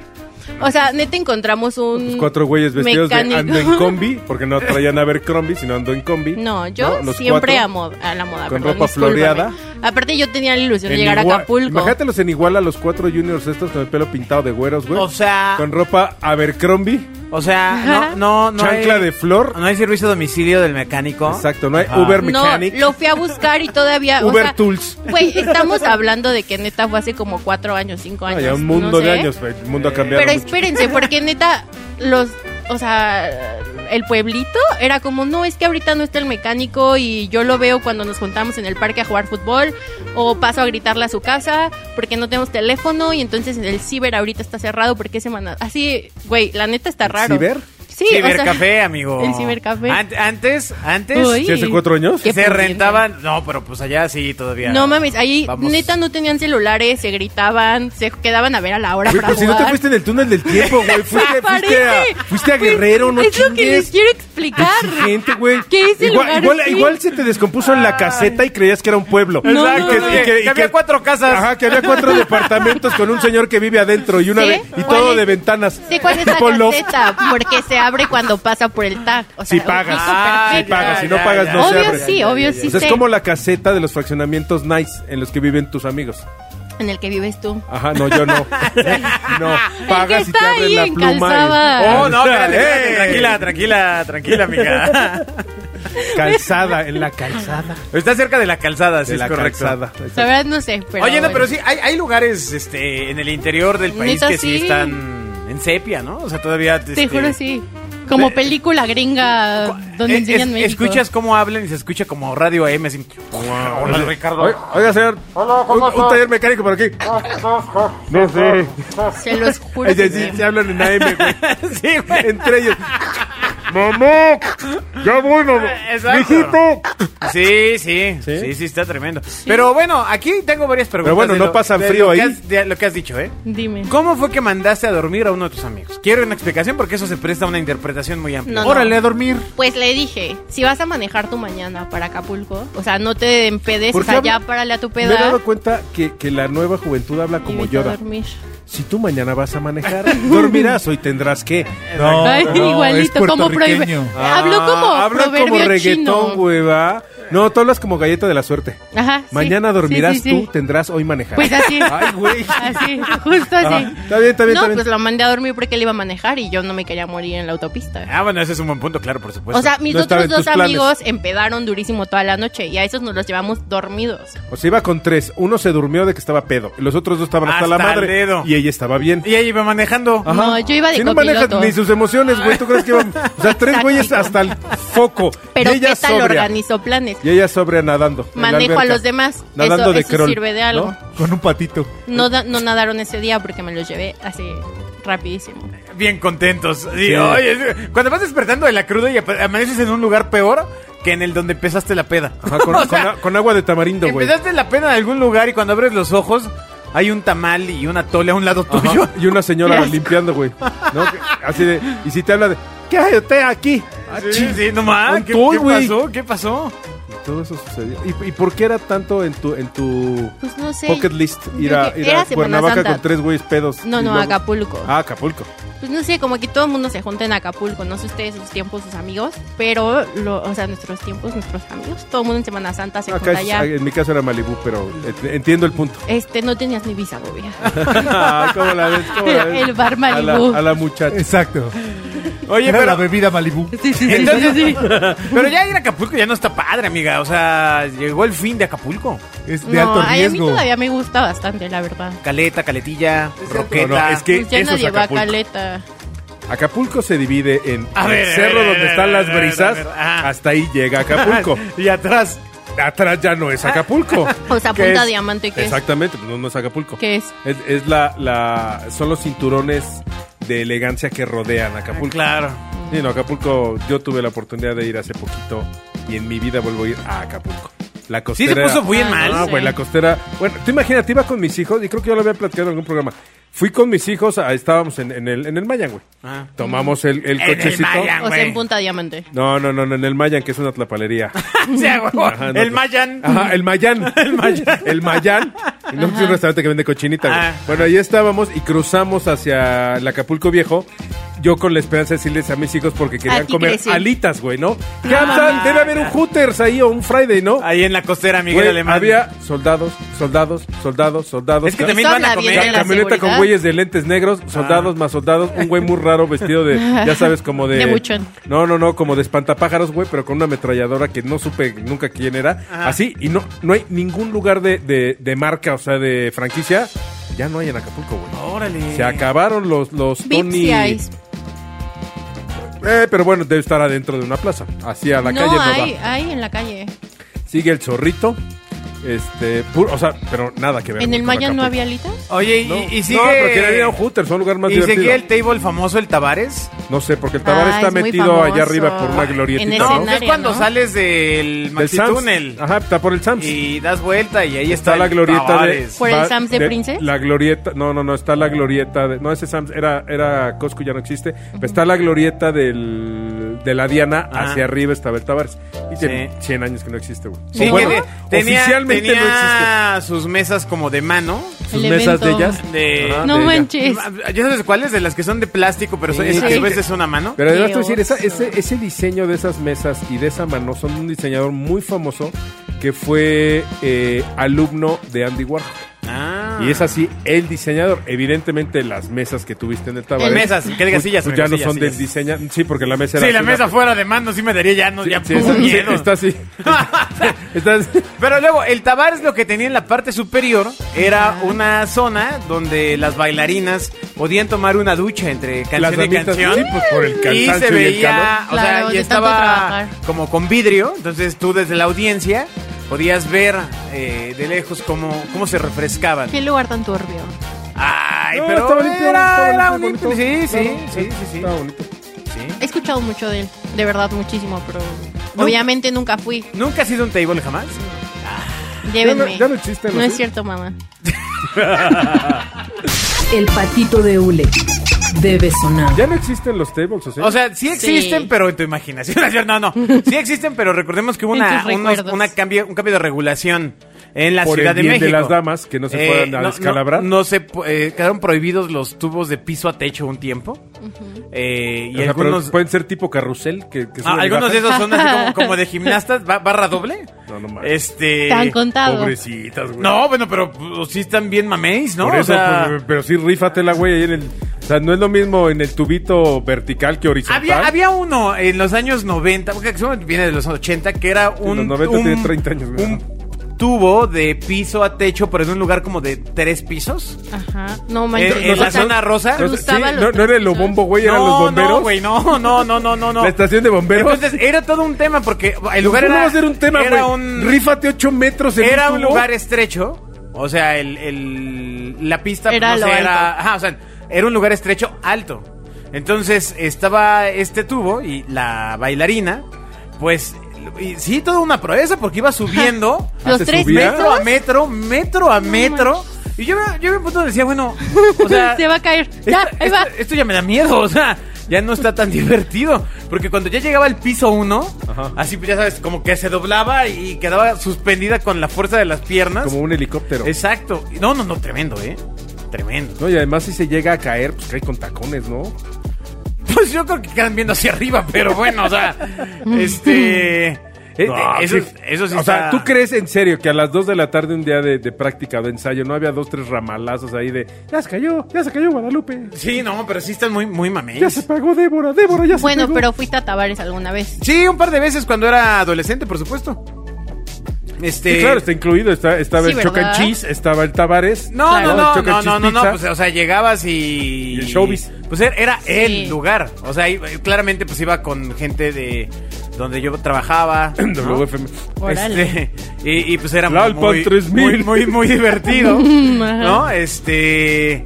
[SPEAKER 4] O sea, neta encontramos un.
[SPEAKER 3] Los Pues cuatro güeyes vestidos
[SPEAKER 4] mecánico.
[SPEAKER 3] de ando en combi, porque no traían a ver combi, sino ando en combi.
[SPEAKER 4] No, yo
[SPEAKER 3] ¿No? Los
[SPEAKER 4] siempre
[SPEAKER 3] cuatro.
[SPEAKER 4] a, mod- a la moda.
[SPEAKER 3] Con
[SPEAKER 4] perdón,
[SPEAKER 3] ropa
[SPEAKER 4] discúlpame.
[SPEAKER 3] floreada.
[SPEAKER 4] Aparte yo tenía la ilusión de
[SPEAKER 3] En
[SPEAKER 4] llegar a
[SPEAKER 3] Igua-
[SPEAKER 4] Acapulco.
[SPEAKER 3] Imagínate los en igual a los cuatro juniors estos con el pelo pintado de güeros, güey.
[SPEAKER 2] O sea-
[SPEAKER 3] Con ropa Abercrombie,
[SPEAKER 2] O sea, no, no, no.
[SPEAKER 3] chancla
[SPEAKER 2] hay,
[SPEAKER 3] de flor.
[SPEAKER 2] No hay servicio a domicilio del mecánico.
[SPEAKER 3] Exacto, no hay
[SPEAKER 2] Ajá.
[SPEAKER 3] Uber
[SPEAKER 4] No,
[SPEAKER 3] Mechanic.
[SPEAKER 4] lo fui a buscar y todavía... o
[SPEAKER 3] Uber
[SPEAKER 4] sea,
[SPEAKER 3] Tools.
[SPEAKER 4] Güey, estamos hablando de que neta fue hace como cuatro años, cinco
[SPEAKER 3] Ay,
[SPEAKER 4] años.
[SPEAKER 3] ya un mundo
[SPEAKER 4] no
[SPEAKER 3] de
[SPEAKER 4] sé.
[SPEAKER 3] años, güey. El mundo ha cambiado.
[SPEAKER 4] Pero
[SPEAKER 3] mucho.
[SPEAKER 4] espérense, porque neta, los... O sea, el pueblito era como, no, es que ahorita no está el mecánico y yo lo veo cuando nos juntamos en el parque a jugar fútbol o paso a gritarle a su casa porque no tenemos teléfono y entonces el ciber ahorita está cerrado porque es semana... Así, güey, la neta está raro.
[SPEAKER 3] ¿Ciber? Ah,
[SPEAKER 4] Sí, o sea-
[SPEAKER 2] Cibercafé, amigo.
[SPEAKER 4] el cibercafé.
[SPEAKER 2] Ant- antes, antes.
[SPEAKER 4] Uy.
[SPEAKER 3] ¿Sí hace cuatro años?
[SPEAKER 4] Qué
[SPEAKER 2] se
[SPEAKER 4] pudiente.
[SPEAKER 2] rentaban. No, pero pues allá sí todavía.
[SPEAKER 4] No mames, ahí
[SPEAKER 2] Vamos.
[SPEAKER 4] neta no tenían celulares, se gritaban, se quedaban a ver a la hora
[SPEAKER 3] Güey,
[SPEAKER 4] para
[SPEAKER 3] pero si no te
[SPEAKER 4] jugar.
[SPEAKER 3] fuiste en el túnel del tiempo, güey. Fuiste, fuiste a,
[SPEAKER 4] Parece-
[SPEAKER 3] fuiste a
[SPEAKER 4] pues,
[SPEAKER 3] Guerrero, no
[SPEAKER 4] Es lo que les
[SPEAKER 3] chingues.
[SPEAKER 4] quiero explicar.
[SPEAKER 3] Gente, güey.
[SPEAKER 4] ¿Qué es el
[SPEAKER 3] igual,
[SPEAKER 4] lugar
[SPEAKER 3] igual,
[SPEAKER 4] así?
[SPEAKER 3] igual se te descompuso en la caseta y creías que era un pueblo.
[SPEAKER 4] No,
[SPEAKER 2] Exacto.
[SPEAKER 4] no,
[SPEAKER 2] que,
[SPEAKER 4] no.
[SPEAKER 2] que- que había cuatro casas.
[SPEAKER 3] Ajá, que había cuatro departamentos con un señor que vive adentro y una
[SPEAKER 4] ¿Sí?
[SPEAKER 3] ve- y
[SPEAKER 4] ¿Cuál
[SPEAKER 3] todo
[SPEAKER 4] es?
[SPEAKER 3] de ventanas.
[SPEAKER 4] Sé cuál es la
[SPEAKER 3] Tipo loft.
[SPEAKER 4] caseta, porque se abre cuando pasa por el tag. O sea,
[SPEAKER 3] Si pagas,
[SPEAKER 4] ubico
[SPEAKER 2] Ah,
[SPEAKER 3] si
[SPEAKER 4] perfecto.
[SPEAKER 3] pagas, si no
[SPEAKER 2] ya,
[SPEAKER 3] pagas
[SPEAKER 2] ya.
[SPEAKER 3] no se
[SPEAKER 4] Obvio
[SPEAKER 3] abre.
[SPEAKER 4] sí, obvio sí
[SPEAKER 3] O sea, es
[SPEAKER 4] sé.
[SPEAKER 3] como la caseta de los fraccionamientos nice en los que viven tus amigos.
[SPEAKER 4] En el que vives tú.
[SPEAKER 3] Ajá, no, yo no. no,
[SPEAKER 4] El
[SPEAKER 3] pagas
[SPEAKER 4] que
[SPEAKER 3] y te
[SPEAKER 4] está
[SPEAKER 3] abren
[SPEAKER 4] ahí
[SPEAKER 3] la
[SPEAKER 4] en
[SPEAKER 3] pluma. y-
[SPEAKER 4] Calzada.
[SPEAKER 2] Oh, no, espérate, espérate,
[SPEAKER 3] ¡Eh!
[SPEAKER 2] tranquila, tranquila, tranquila, amiga.
[SPEAKER 3] Calzada, en la calzada.
[SPEAKER 2] Está cerca de la calzada, sí,
[SPEAKER 3] de
[SPEAKER 2] es
[SPEAKER 3] la
[SPEAKER 2] correcto.
[SPEAKER 3] calzada.
[SPEAKER 4] La verdad no sé, pero
[SPEAKER 2] Oye, no,
[SPEAKER 4] bueno.
[SPEAKER 2] pero sí, hay, hay lugares este, en el interior del país
[SPEAKER 4] Neta,
[SPEAKER 2] que sí,
[SPEAKER 4] sí.
[SPEAKER 3] este,
[SPEAKER 2] están en sepia, ¿no? O sea, todavía... este,
[SPEAKER 4] Te juro sí. Como película gringa donde
[SPEAKER 2] Eh,
[SPEAKER 4] enseñan
[SPEAKER 2] es-
[SPEAKER 4] México.
[SPEAKER 2] Escuchas cómo hablan y se escucha como radio AM. Así, Hola, Ricardo.
[SPEAKER 3] Oiga, oiga, señor.
[SPEAKER 6] Hola, ¿cómo
[SPEAKER 3] un, un
[SPEAKER 6] estás?
[SPEAKER 3] taller mecánico por aquí. No sé.
[SPEAKER 4] Se los juro.
[SPEAKER 3] Ay,
[SPEAKER 4] que
[SPEAKER 3] sí,
[SPEAKER 4] sí.
[SPEAKER 3] sí, se hablan en AM, güey.
[SPEAKER 2] sí, güey.
[SPEAKER 3] Entre ellos. ¡Mamá! ¡Ya voy, mamá!
[SPEAKER 2] Exacto.
[SPEAKER 3] ¡Mijito!
[SPEAKER 2] Sí, sí, sí,
[SPEAKER 3] ¿Sí?
[SPEAKER 2] sí, está tremendo. Pero bueno, aquí tengo varias preguntas.
[SPEAKER 3] bueno,
[SPEAKER 2] de
[SPEAKER 3] no
[SPEAKER 2] lo-
[SPEAKER 3] pasan
[SPEAKER 2] de
[SPEAKER 3] frío
[SPEAKER 2] lo que
[SPEAKER 3] ahí.
[SPEAKER 2] has- de lo que has dicho, ¿eh?
[SPEAKER 4] Dime.
[SPEAKER 2] ¿Cómo fue que mandaste a dormir a uno de tus amigos? Quiero una explicación porque eso se presta a una interpretación muy amplia.
[SPEAKER 4] No, no.
[SPEAKER 2] Órale, a dormir.
[SPEAKER 4] Pues le dije, si vas a manejar tu mañana para Acapulco, o sea, no te empedes
[SPEAKER 3] ¿Por qué
[SPEAKER 4] allá,
[SPEAKER 3] habla-
[SPEAKER 4] párale a tu
[SPEAKER 3] Me he
[SPEAKER 4] peda
[SPEAKER 3] dado cuenta que, que la nueva juventud habla
[SPEAKER 4] y
[SPEAKER 3] como
[SPEAKER 4] vete a
[SPEAKER 3] Yoda.
[SPEAKER 4] dormir.
[SPEAKER 3] Si tú mañana vas a manejar, dormirás hoy tendrás que.
[SPEAKER 5] No,
[SPEAKER 4] Ay,
[SPEAKER 5] no, es
[SPEAKER 4] igualito, como prohibir.
[SPEAKER 5] puertorriqueño.
[SPEAKER 4] Habló como
[SPEAKER 3] Ah, habla
[SPEAKER 4] proverbio
[SPEAKER 3] como
[SPEAKER 4] chino.
[SPEAKER 3] reggaetón, güey, va. No, tú hablas como galleta de la suerte.
[SPEAKER 4] Ajá, sí.
[SPEAKER 3] Mañana dormirás
[SPEAKER 4] Sí, sí, sí.
[SPEAKER 3] tú, tendrás hoy manejar.
[SPEAKER 4] Pues así.
[SPEAKER 3] Ay, güey.
[SPEAKER 4] Así, justo así.
[SPEAKER 3] Ah, está bien, está bien,
[SPEAKER 4] no,
[SPEAKER 3] está bien.
[SPEAKER 4] pues lo mandé a dormir porque él iba a manejar y yo no me quería morir en la autopista.
[SPEAKER 2] Ah, bueno, ese es un buen punto, claro, por supuesto.
[SPEAKER 4] o sea, mis
[SPEAKER 3] pues no estaba
[SPEAKER 4] otros
[SPEAKER 3] en
[SPEAKER 4] dos
[SPEAKER 3] tus planes.
[SPEAKER 4] amigos empedaron durísimo toda la noche y a esos nos los llevamos dormidos.
[SPEAKER 3] O sea, iba con tres. Uno se durmió de que estaba pedo. Los otros dos estaban hasta,
[SPEAKER 2] Hasta
[SPEAKER 3] la madre.
[SPEAKER 2] el dedo.
[SPEAKER 3] Y ella estaba bien.
[SPEAKER 2] y ahí iba manejando.
[SPEAKER 4] Ajá. No, yo iba de
[SPEAKER 3] Si no manejas
[SPEAKER 4] copiloto.
[SPEAKER 3] ni sus emociones, güey. ¿Tú crees que iban? O sea, tres güeyes hasta el foco.
[SPEAKER 4] Pero
[SPEAKER 3] y ella
[SPEAKER 4] ¿qué tal
[SPEAKER 3] sobria.
[SPEAKER 4] organizó planes?
[SPEAKER 3] Y ella sobria nadando. en la
[SPEAKER 4] Manejo a
[SPEAKER 3] alberca.
[SPEAKER 4] los demás.
[SPEAKER 3] Nadando
[SPEAKER 4] eso
[SPEAKER 3] de
[SPEAKER 4] eso
[SPEAKER 3] crawl,
[SPEAKER 4] sirve de algo.
[SPEAKER 3] ¿no?
[SPEAKER 5] Con un patito.
[SPEAKER 4] No, da- no nadaron ese día porque me los llevé así rapidísimo.
[SPEAKER 2] Bien contentos. Y, oye, es- cuando vas despertando de la cruda y apa- amaneces en un lugar peor que en el donde empezaste la peda.
[SPEAKER 3] Ajá, con,
[SPEAKER 2] O sea,
[SPEAKER 3] con a- con agua de tamarindo, güey.
[SPEAKER 2] empezaste la peda en algún lugar y cuando abres los ojos hay un tamal y una tole a un lado
[SPEAKER 3] Ajá,
[SPEAKER 2] tuyo.
[SPEAKER 3] Pues Y una señora
[SPEAKER 4] Yes.
[SPEAKER 3] limpiando, güey. ¿No? Que- Así de. Y si te habla de. ¿Qué hace usted aquí? Ah,
[SPEAKER 2] Sí,
[SPEAKER 3] chis.
[SPEAKER 2] sí, no más.
[SPEAKER 3] Un
[SPEAKER 2] ¿Qué,
[SPEAKER 3] toy,
[SPEAKER 2] qué
[SPEAKER 3] güey.
[SPEAKER 2] pasó? ¿Qué pasó?
[SPEAKER 3] Y todo eso sucedió. ¿Y, y por qué era tanto en tu. En tu
[SPEAKER 4] Pues no sé.
[SPEAKER 3] Pocket list, ir
[SPEAKER 4] Yo
[SPEAKER 3] a,
[SPEAKER 4] creo
[SPEAKER 3] ir
[SPEAKER 4] que era
[SPEAKER 3] a
[SPEAKER 4] Semana
[SPEAKER 3] Cuernavaca
[SPEAKER 4] Santa.
[SPEAKER 3] con tres güeyes pedos.
[SPEAKER 4] No,
[SPEAKER 3] y
[SPEAKER 4] no,
[SPEAKER 3] luego-
[SPEAKER 4] Acapulco.
[SPEAKER 3] Ah, Acapulco.
[SPEAKER 4] Pues no sé, como que todo el mundo se junta en Acapulco. No sé ustedes sus tiempos, sus amigos, pero, lo- o sea, nuestros tiempos, nuestros amigos. Todo el mundo en Semana Santa se junta
[SPEAKER 3] Acá,
[SPEAKER 4] allá.
[SPEAKER 3] en mi caso era Malibú, pero et- entiendo el punto.
[SPEAKER 4] Este, no tenías ni visa, bobia.
[SPEAKER 3] Ah, ¿Cómo la ves? ¿Cómo la ves?
[SPEAKER 4] El bar
[SPEAKER 3] A la-
[SPEAKER 4] Malibú.
[SPEAKER 3] A la muchacha.
[SPEAKER 5] Exacto.
[SPEAKER 2] Oye,
[SPEAKER 5] Era
[SPEAKER 2] pero,
[SPEAKER 5] la bebida Malibú.
[SPEAKER 2] entonces- pero ya ir a Acapulco ya no está padre, amiga. O sea, llegó el fin de Acapulco.
[SPEAKER 5] Es de
[SPEAKER 4] No,
[SPEAKER 5] alto
[SPEAKER 4] ay, a mí
[SPEAKER 5] riesgo.
[SPEAKER 4] todavía me gusta bastante, la verdad.
[SPEAKER 2] Caleta, caletilla, roqueta.
[SPEAKER 3] No, no, es que
[SPEAKER 4] Pues ya
[SPEAKER 3] eso es
[SPEAKER 4] nadie va a
[SPEAKER 3] Acapulco.
[SPEAKER 4] Caleta.
[SPEAKER 3] Acapulco se divide en
[SPEAKER 2] A
[SPEAKER 3] el
[SPEAKER 2] ver,
[SPEAKER 3] cerro
[SPEAKER 2] a ver, a
[SPEAKER 3] donde
[SPEAKER 2] ver,
[SPEAKER 3] están
[SPEAKER 2] a
[SPEAKER 3] las
[SPEAKER 2] ver, a
[SPEAKER 3] brisas,
[SPEAKER 2] ver, ajá.
[SPEAKER 3] hasta ahí llega Acapulco.
[SPEAKER 2] y atrás.
[SPEAKER 3] Atrás ya no es Acapulco.
[SPEAKER 4] O sea,
[SPEAKER 3] ¿Qué
[SPEAKER 4] Punta
[SPEAKER 3] es?
[SPEAKER 4] Diamante, ¿qué es?
[SPEAKER 3] Exactamente, pues no, no es Acapulco.
[SPEAKER 4] ¿Qué es?
[SPEAKER 3] Es, es la, la, son los cinturones de elegancia que rodean Acapulco.
[SPEAKER 2] Claro.
[SPEAKER 3] Sí, no, Acapulco, yo tuve la oportunidad de ir hace poquito y en mi vida vuelvo a ir a Acapulco. La
[SPEAKER 2] Sí,
[SPEAKER 3] costera.
[SPEAKER 2] se puso bien
[SPEAKER 4] Ah,
[SPEAKER 2] mal.
[SPEAKER 3] Ah,
[SPEAKER 4] Sí.
[SPEAKER 3] güey, la costera. Bueno, tú imagínate, iba con mis hijos, y creo que yo lo había platicado en algún programa. Fui con mis hijos, ah, estábamos en, en el, en el Mayan, güey.
[SPEAKER 2] Ah.
[SPEAKER 3] Tomamos el,
[SPEAKER 2] En
[SPEAKER 3] el
[SPEAKER 2] el
[SPEAKER 3] cochecito.
[SPEAKER 2] Mayan.
[SPEAKER 4] O sea,
[SPEAKER 2] Ah, güey.
[SPEAKER 4] en Punta Diamante.
[SPEAKER 3] No, no, no, no, en el Mayan, que es una tlapalería.
[SPEAKER 2] Sí, a huevo.
[SPEAKER 3] Ajá, no,
[SPEAKER 2] Oh, el
[SPEAKER 3] no.
[SPEAKER 2] Mayan.
[SPEAKER 3] Ajá, el Mayan. el Mayan. el Mayan. No pues, es un restaurante que vende cochinita. güey.
[SPEAKER 2] Ah.
[SPEAKER 3] Bueno, ahí estábamos y cruzamos hacia el Acapulco Viejo. Yo con la esperanza de decirles a mis hijos porque querían
[SPEAKER 4] ti
[SPEAKER 3] comer
[SPEAKER 4] crecí.
[SPEAKER 3] alitas, güey, ¿no? ¿Qué
[SPEAKER 2] Ah,
[SPEAKER 3] hablan? Debe haber un Hooters ahí o un Friday, ¿no?
[SPEAKER 2] Ahí en la costera, Miguel
[SPEAKER 3] Güey,
[SPEAKER 2] Alemán.
[SPEAKER 3] había soldados, soldados, soldados, soldados.
[SPEAKER 2] Es que
[SPEAKER 3] Ca-
[SPEAKER 2] también
[SPEAKER 4] Eso
[SPEAKER 2] van a
[SPEAKER 4] habla bien
[SPEAKER 2] comer.
[SPEAKER 4] de la
[SPEAKER 3] camioneta con
[SPEAKER 4] seguridad.
[SPEAKER 3] güeyes de lentes negros, soldados
[SPEAKER 2] Ah.
[SPEAKER 3] más soldados, un güey muy raro vestido de, ya sabes, como de...
[SPEAKER 4] De buchón.
[SPEAKER 3] No, no, no, como de espantapájaros, güey, pero con una ametralladora que no supe nunca quién era.
[SPEAKER 2] Ajá.
[SPEAKER 3] Así, y no, no hay ningún lugar de, de- de marca, o sea, de franquicia, ya no hay en Acapulco, güey.
[SPEAKER 2] Órale.
[SPEAKER 3] Se acabaron los, los
[SPEAKER 4] Vips
[SPEAKER 3] Tony...
[SPEAKER 4] y Ice.
[SPEAKER 3] Eh, pero bueno, debe estar adentro de una plaza. Así a la
[SPEAKER 4] no,
[SPEAKER 3] calle no
[SPEAKER 4] hay,
[SPEAKER 3] va.
[SPEAKER 4] hay en la calle.
[SPEAKER 3] Sigue el zorrito. Este, puro- o sea, pero nada que ver.
[SPEAKER 4] ¿En
[SPEAKER 3] güey, con
[SPEAKER 4] el Mayan no
[SPEAKER 3] Acapulco.
[SPEAKER 4] había alitas?
[SPEAKER 2] Oye, y,
[SPEAKER 3] No,
[SPEAKER 2] y sigue.
[SPEAKER 3] no, pero quería ir a un Hooters, un lugar más
[SPEAKER 2] y
[SPEAKER 3] divertido.
[SPEAKER 2] seguía el table famoso, el Tavares.
[SPEAKER 3] No sé, porque el Tabar
[SPEAKER 4] Ah,
[SPEAKER 3] está
[SPEAKER 4] es muy
[SPEAKER 3] metido allá
[SPEAKER 4] famoso.
[SPEAKER 3] arriba por una glorietita,
[SPEAKER 4] En el
[SPEAKER 3] ¿no?
[SPEAKER 2] No,
[SPEAKER 4] escenario,
[SPEAKER 2] es cuando
[SPEAKER 4] ¿no?
[SPEAKER 2] sales del
[SPEAKER 3] Del
[SPEAKER 2] Maxi
[SPEAKER 3] Sams.
[SPEAKER 2] Tunnel.
[SPEAKER 3] Ajá, está por el Sams.
[SPEAKER 2] Y das vuelta y ahí está,
[SPEAKER 3] está la
[SPEAKER 2] el
[SPEAKER 3] glorieta de...
[SPEAKER 2] Tavares.
[SPEAKER 4] Por el
[SPEAKER 3] va-
[SPEAKER 4] Sams de Princess.
[SPEAKER 3] La glorieta... No, no, no, está la glorieta de... No, ese Sams era, era Costco, ya no existe. Pero está la glorieta del, de la Diana,
[SPEAKER 2] Ajá.
[SPEAKER 3] hacia arriba estaba el Tabares. Y
[SPEAKER 2] Ah. Sí.
[SPEAKER 3] tiene 100 años que no existe, güey.
[SPEAKER 2] Sí,
[SPEAKER 3] O bueno,
[SPEAKER 2] que tenía,
[SPEAKER 3] oficialmente
[SPEAKER 2] tenía
[SPEAKER 3] no existe.
[SPEAKER 2] sus mesas como de mano.
[SPEAKER 3] Sus
[SPEAKER 4] El
[SPEAKER 3] mesas de
[SPEAKER 4] evento.
[SPEAKER 3] ellas.
[SPEAKER 2] De- Ah,
[SPEAKER 3] Ajá,
[SPEAKER 4] No
[SPEAKER 3] de ellas.
[SPEAKER 4] manches.
[SPEAKER 2] ¿Ya sabes cuáles? De las que son de plástico, pero son-
[SPEAKER 3] Sí.
[SPEAKER 2] es que
[SPEAKER 4] Sí.
[SPEAKER 2] a veces una mano.
[SPEAKER 3] Pero además
[SPEAKER 4] Qué
[SPEAKER 3] te voy a decir, esa-
[SPEAKER 4] oso.
[SPEAKER 3] ese, ese diseño de esas mesas y de esa mano son de un diseñador muy famoso que fue eh, alumno de Andy Warhol.
[SPEAKER 2] Ah,
[SPEAKER 3] Y es así el diseñador. Evidentemente las mesas que tuviste en el tabaco.
[SPEAKER 2] Mesas, que diga sillas.
[SPEAKER 3] Pues ya
[SPEAKER 2] oiga,
[SPEAKER 3] no
[SPEAKER 2] sillas,
[SPEAKER 3] son del
[SPEAKER 2] sillas.
[SPEAKER 3] diseñador. Sí, porque la mesa era
[SPEAKER 2] Sí, la
[SPEAKER 3] así, una-
[SPEAKER 2] mesa fuera de mando sí me daría ya, no,
[SPEAKER 3] Sí,
[SPEAKER 2] ya
[SPEAKER 3] sí,
[SPEAKER 2] pum,
[SPEAKER 3] está, sí,
[SPEAKER 2] miedo.
[SPEAKER 3] está así. Está así.
[SPEAKER 2] Pero luego, el Tabares lo que tenía en la parte superior era una zona donde las bailarinas podían tomar una ducha entre
[SPEAKER 3] Las
[SPEAKER 2] canción y
[SPEAKER 3] damitas,
[SPEAKER 2] canción.
[SPEAKER 3] sí, pues por el
[SPEAKER 2] y
[SPEAKER 3] cansancio
[SPEAKER 2] se
[SPEAKER 3] y el
[SPEAKER 2] veía,
[SPEAKER 3] calor.
[SPEAKER 2] o sea,
[SPEAKER 4] Claro,
[SPEAKER 2] y
[SPEAKER 4] de tanto
[SPEAKER 2] estaba
[SPEAKER 4] trabajar.
[SPEAKER 2] como con vidrio, entonces tú desde la audiencia podías ver eh, de lejos cómo, cómo se refrescaban.
[SPEAKER 4] Qué lugar tan turbio.
[SPEAKER 2] Ay,
[SPEAKER 3] No,
[SPEAKER 2] pero
[SPEAKER 3] estaba
[SPEAKER 5] Eh,
[SPEAKER 3] limpio,
[SPEAKER 2] era,
[SPEAKER 3] estaba
[SPEAKER 2] era
[SPEAKER 3] limpio,
[SPEAKER 2] bonito.
[SPEAKER 3] bonito.
[SPEAKER 2] Sí, sí,
[SPEAKER 3] Claro,
[SPEAKER 2] sí, sí, sí.
[SPEAKER 3] Estaba bonito.
[SPEAKER 2] sí.
[SPEAKER 4] He escuchado mucho de él, de verdad muchísimo, pero
[SPEAKER 2] No.
[SPEAKER 4] obviamente nunca fui.
[SPEAKER 2] ¿Nunca has sido un table jamás?
[SPEAKER 4] Llévenme.
[SPEAKER 3] ya no existe, ¿no?
[SPEAKER 4] No es cierto, mamá.
[SPEAKER 1] El patito de hule debe sonar.
[SPEAKER 3] Ya no existen los tables, ¿o sí?
[SPEAKER 2] O sea, sí existen,
[SPEAKER 4] Sí.
[SPEAKER 2] pero en tu imaginación. Es cierto, No, no. Sí existen, pero recordemos que hubo
[SPEAKER 4] En
[SPEAKER 2] una,
[SPEAKER 4] tus
[SPEAKER 2] unos-
[SPEAKER 4] recuerdos.
[SPEAKER 2] una cambio, un cambio de regulación en la
[SPEAKER 3] Por el
[SPEAKER 2] Ciudad de
[SPEAKER 3] bien de
[SPEAKER 2] México. Eh,
[SPEAKER 3] las damas, que no se fueran a descalabrar.
[SPEAKER 2] No, se pu- eh, quedaron prohibidos los tubos de piso a techo un tiempo. Eh, y
[SPEAKER 3] O sea, pero
[SPEAKER 2] algunos,
[SPEAKER 3] pueden ser tipo carrusel. Que, que
[SPEAKER 2] ah,
[SPEAKER 3] suben y
[SPEAKER 2] algunos de
[SPEAKER 3] bajan.
[SPEAKER 2] esos son así como, como de gimnastas, ba- barra doble.
[SPEAKER 3] No, no mames.
[SPEAKER 2] Este.
[SPEAKER 4] Tan contado.
[SPEAKER 3] Pobrecitas, güey.
[SPEAKER 2] No, bueno, pero pues, sí están bien maméis, ¿no?
[SPEAKER 3] Por eso,
[SPEAKER 2] o sea,
[SPEAKER 3] pues, pero sí, rífatela, güey. ahí en el- O sea, no es lo mismo en el tubito vertical que horizontal.
[SPEAKER 2] Había, había uno en los años 90, porque eso viene de los 80, que era un.
[SPEAKER 3] los 90
[SPEAKER 2] un-
[SPEAKER 3] tiene 30 años, güey.
[SPEAKER 2] Un tubo de piso a techo, pero en un lugar como de tres pisos.
[SPEAKER 4] Ajá. No
[SPEAKER 2] En,
[SPEAKER 4] manches.
[SPEAKER 2] Eh, en
[SPEAKER 4] o
[SPEAKER 2] la
[SPEAKER 4] sea,
[SPEAKER 2] zona rosa.
[SPEAKER 3] No, sé, sí,
[SPEAKER 4] Cruzaba los
[SPEAKER 3] no, no era el
[SPEAKER 4] pisos.
[SPEAKER 3] bombo, güey, eran los bomberos.
[SPEAKER 2] No, güey, no, no, no, no, no. no.
[SPEAKER 3] La estación de bomberos.
[SPEAKER 2] Entonces era todo un tema, porque el lugar
[SPEAKER 3] Pues, ¿Cómo
[SPEAKER 2] era.
[SPEAKER 3] va a ser un tema, güey?
[SPEAKER 2] era un,
[SPEAKER 3] Rífate 8 metros en
[SPEAKER 2] era un
[SPEAKER 3] tubo.
[SPEAKER 2] lugar estrecho. O sea, el, el- la pista
[SPEAKER 4] Era
[SPEAKER 2] no
[SPEAKER 4] lo
[SPEAKER 2] sé,
[SPEAKER 4] alto.
[SPEAKER 2] era. ajá, o sea, era un lugar estrecho alto. Entonces estaba este tubo y la bailarina, pues. Y sí, toda una proeza porque iba subiendo.
[SPEAKER 4] Los
[SPEAKER 3] ¿se
[SPEAKER 4] tres
[SPEAKER 3] subía?
[SPEAKER 2] metro a
[SPEAKER 4] metros
[SPEAKER 2] metro, metro a metro. Y yo, me- yo me punto decía, bueno, o sea.
[SPEAKER 4] se va a caer. Ya,
[SPEAKER 2] Esto,
[SPEAKER 4] ahí va.
[SPEAKER 2] esto- esto ya me da miedo, o sea, ya no está tan divertido. Porque cuando ya llegaba al piso uno,
[SPEAKER 3] Ajá.
[SPEAKER 2] así pues ya sabes, como que se doblaba y quedaba suspendida con la fuerza de las piernas.
[SPEAKER 3] Como un helicóptero.
[SPEAKER 2] Exacto. No, no, no, tremendo, ¿eh? Tremendo.
[SPEAKER 3] No, y además si se llega a caer, pues cae con tacones, ¿no?
[SPEAKER 2] Pues yo creo que quedan viendo hacia arriba, pero bueno, o sea, este... eh,
[SPEAKER 3] No,
[SPEAKER 2] eso,
[SPEAKER 3] sí.
[SPEAKER 2] eso sí
[SPEAKER 3] O sea,
[SPEAKER 2] está-
[SPEAKER 3] ¿tú crees en serio que a las 2 de la tarde un día de, de práctica, de ensayo, no había dos, tres ramalazos ahí de ya se cayó, ya se cayó Guadalupe,
[SPEAKER 2] Sí, no, pero sí están muy, muy
[SPEAKER 3] ya se
[SPEAKER 2] mames.
[SPEAKER 3] pagó Débora, Débora ya se
[SPEAKER 4] Bueno,
[SPEAKER 3] pagó"?
[SPEAKER 4] pero fuiste a Tabares alguna vez.
[SPEAKER 2] Sí, un par de veces cuando era adolescente, por supuesto. Este...
[SPEAKER 3] Sí, claro, está incluido, está, estaba
[SPEAKER 4] Sí,
[SPEAKER 3] el Chocan
[SPEAKER 4] ¿verdad?
[SPEAKER 3] Cheese, estaba el Tavares.
[SPEAKER 2] No, no,
[SPEAKER 4] Claro.
[SPEAKER 2] no,
[SPEAKER 3] Chocan
[SPEAKER 2] no,
[SPEAKER 3] Cheese
[SPEAKER 2] no, no, no,
[SPEAKER 3] Pizza.
[SPEAKER 2] pues, o sea, llegabas y...
[SPEAKER 3] Y el showbiz.
[SPEAKER 2] Pues era, era
[SPEAKER 4] Sí.
[SPEAKER 2] el lugar, o sea, iba- claramente pues iba con gente de donde yo trabajaba. ¿no?
[SPEAKER 3] WFM.
[SPEAKER 4] Órale.
[SPEAKER 2] Este, y, y, pues era
[SPEAKER 3] La Alpan
[SPEAKER 2] muy,
[SPEAKER 3] 3000.
[SPEAKER 2] muy, muy, muy divertido,
[SPEAKER 4] Ajá.
[SPEAKER 2] ¿no? Este...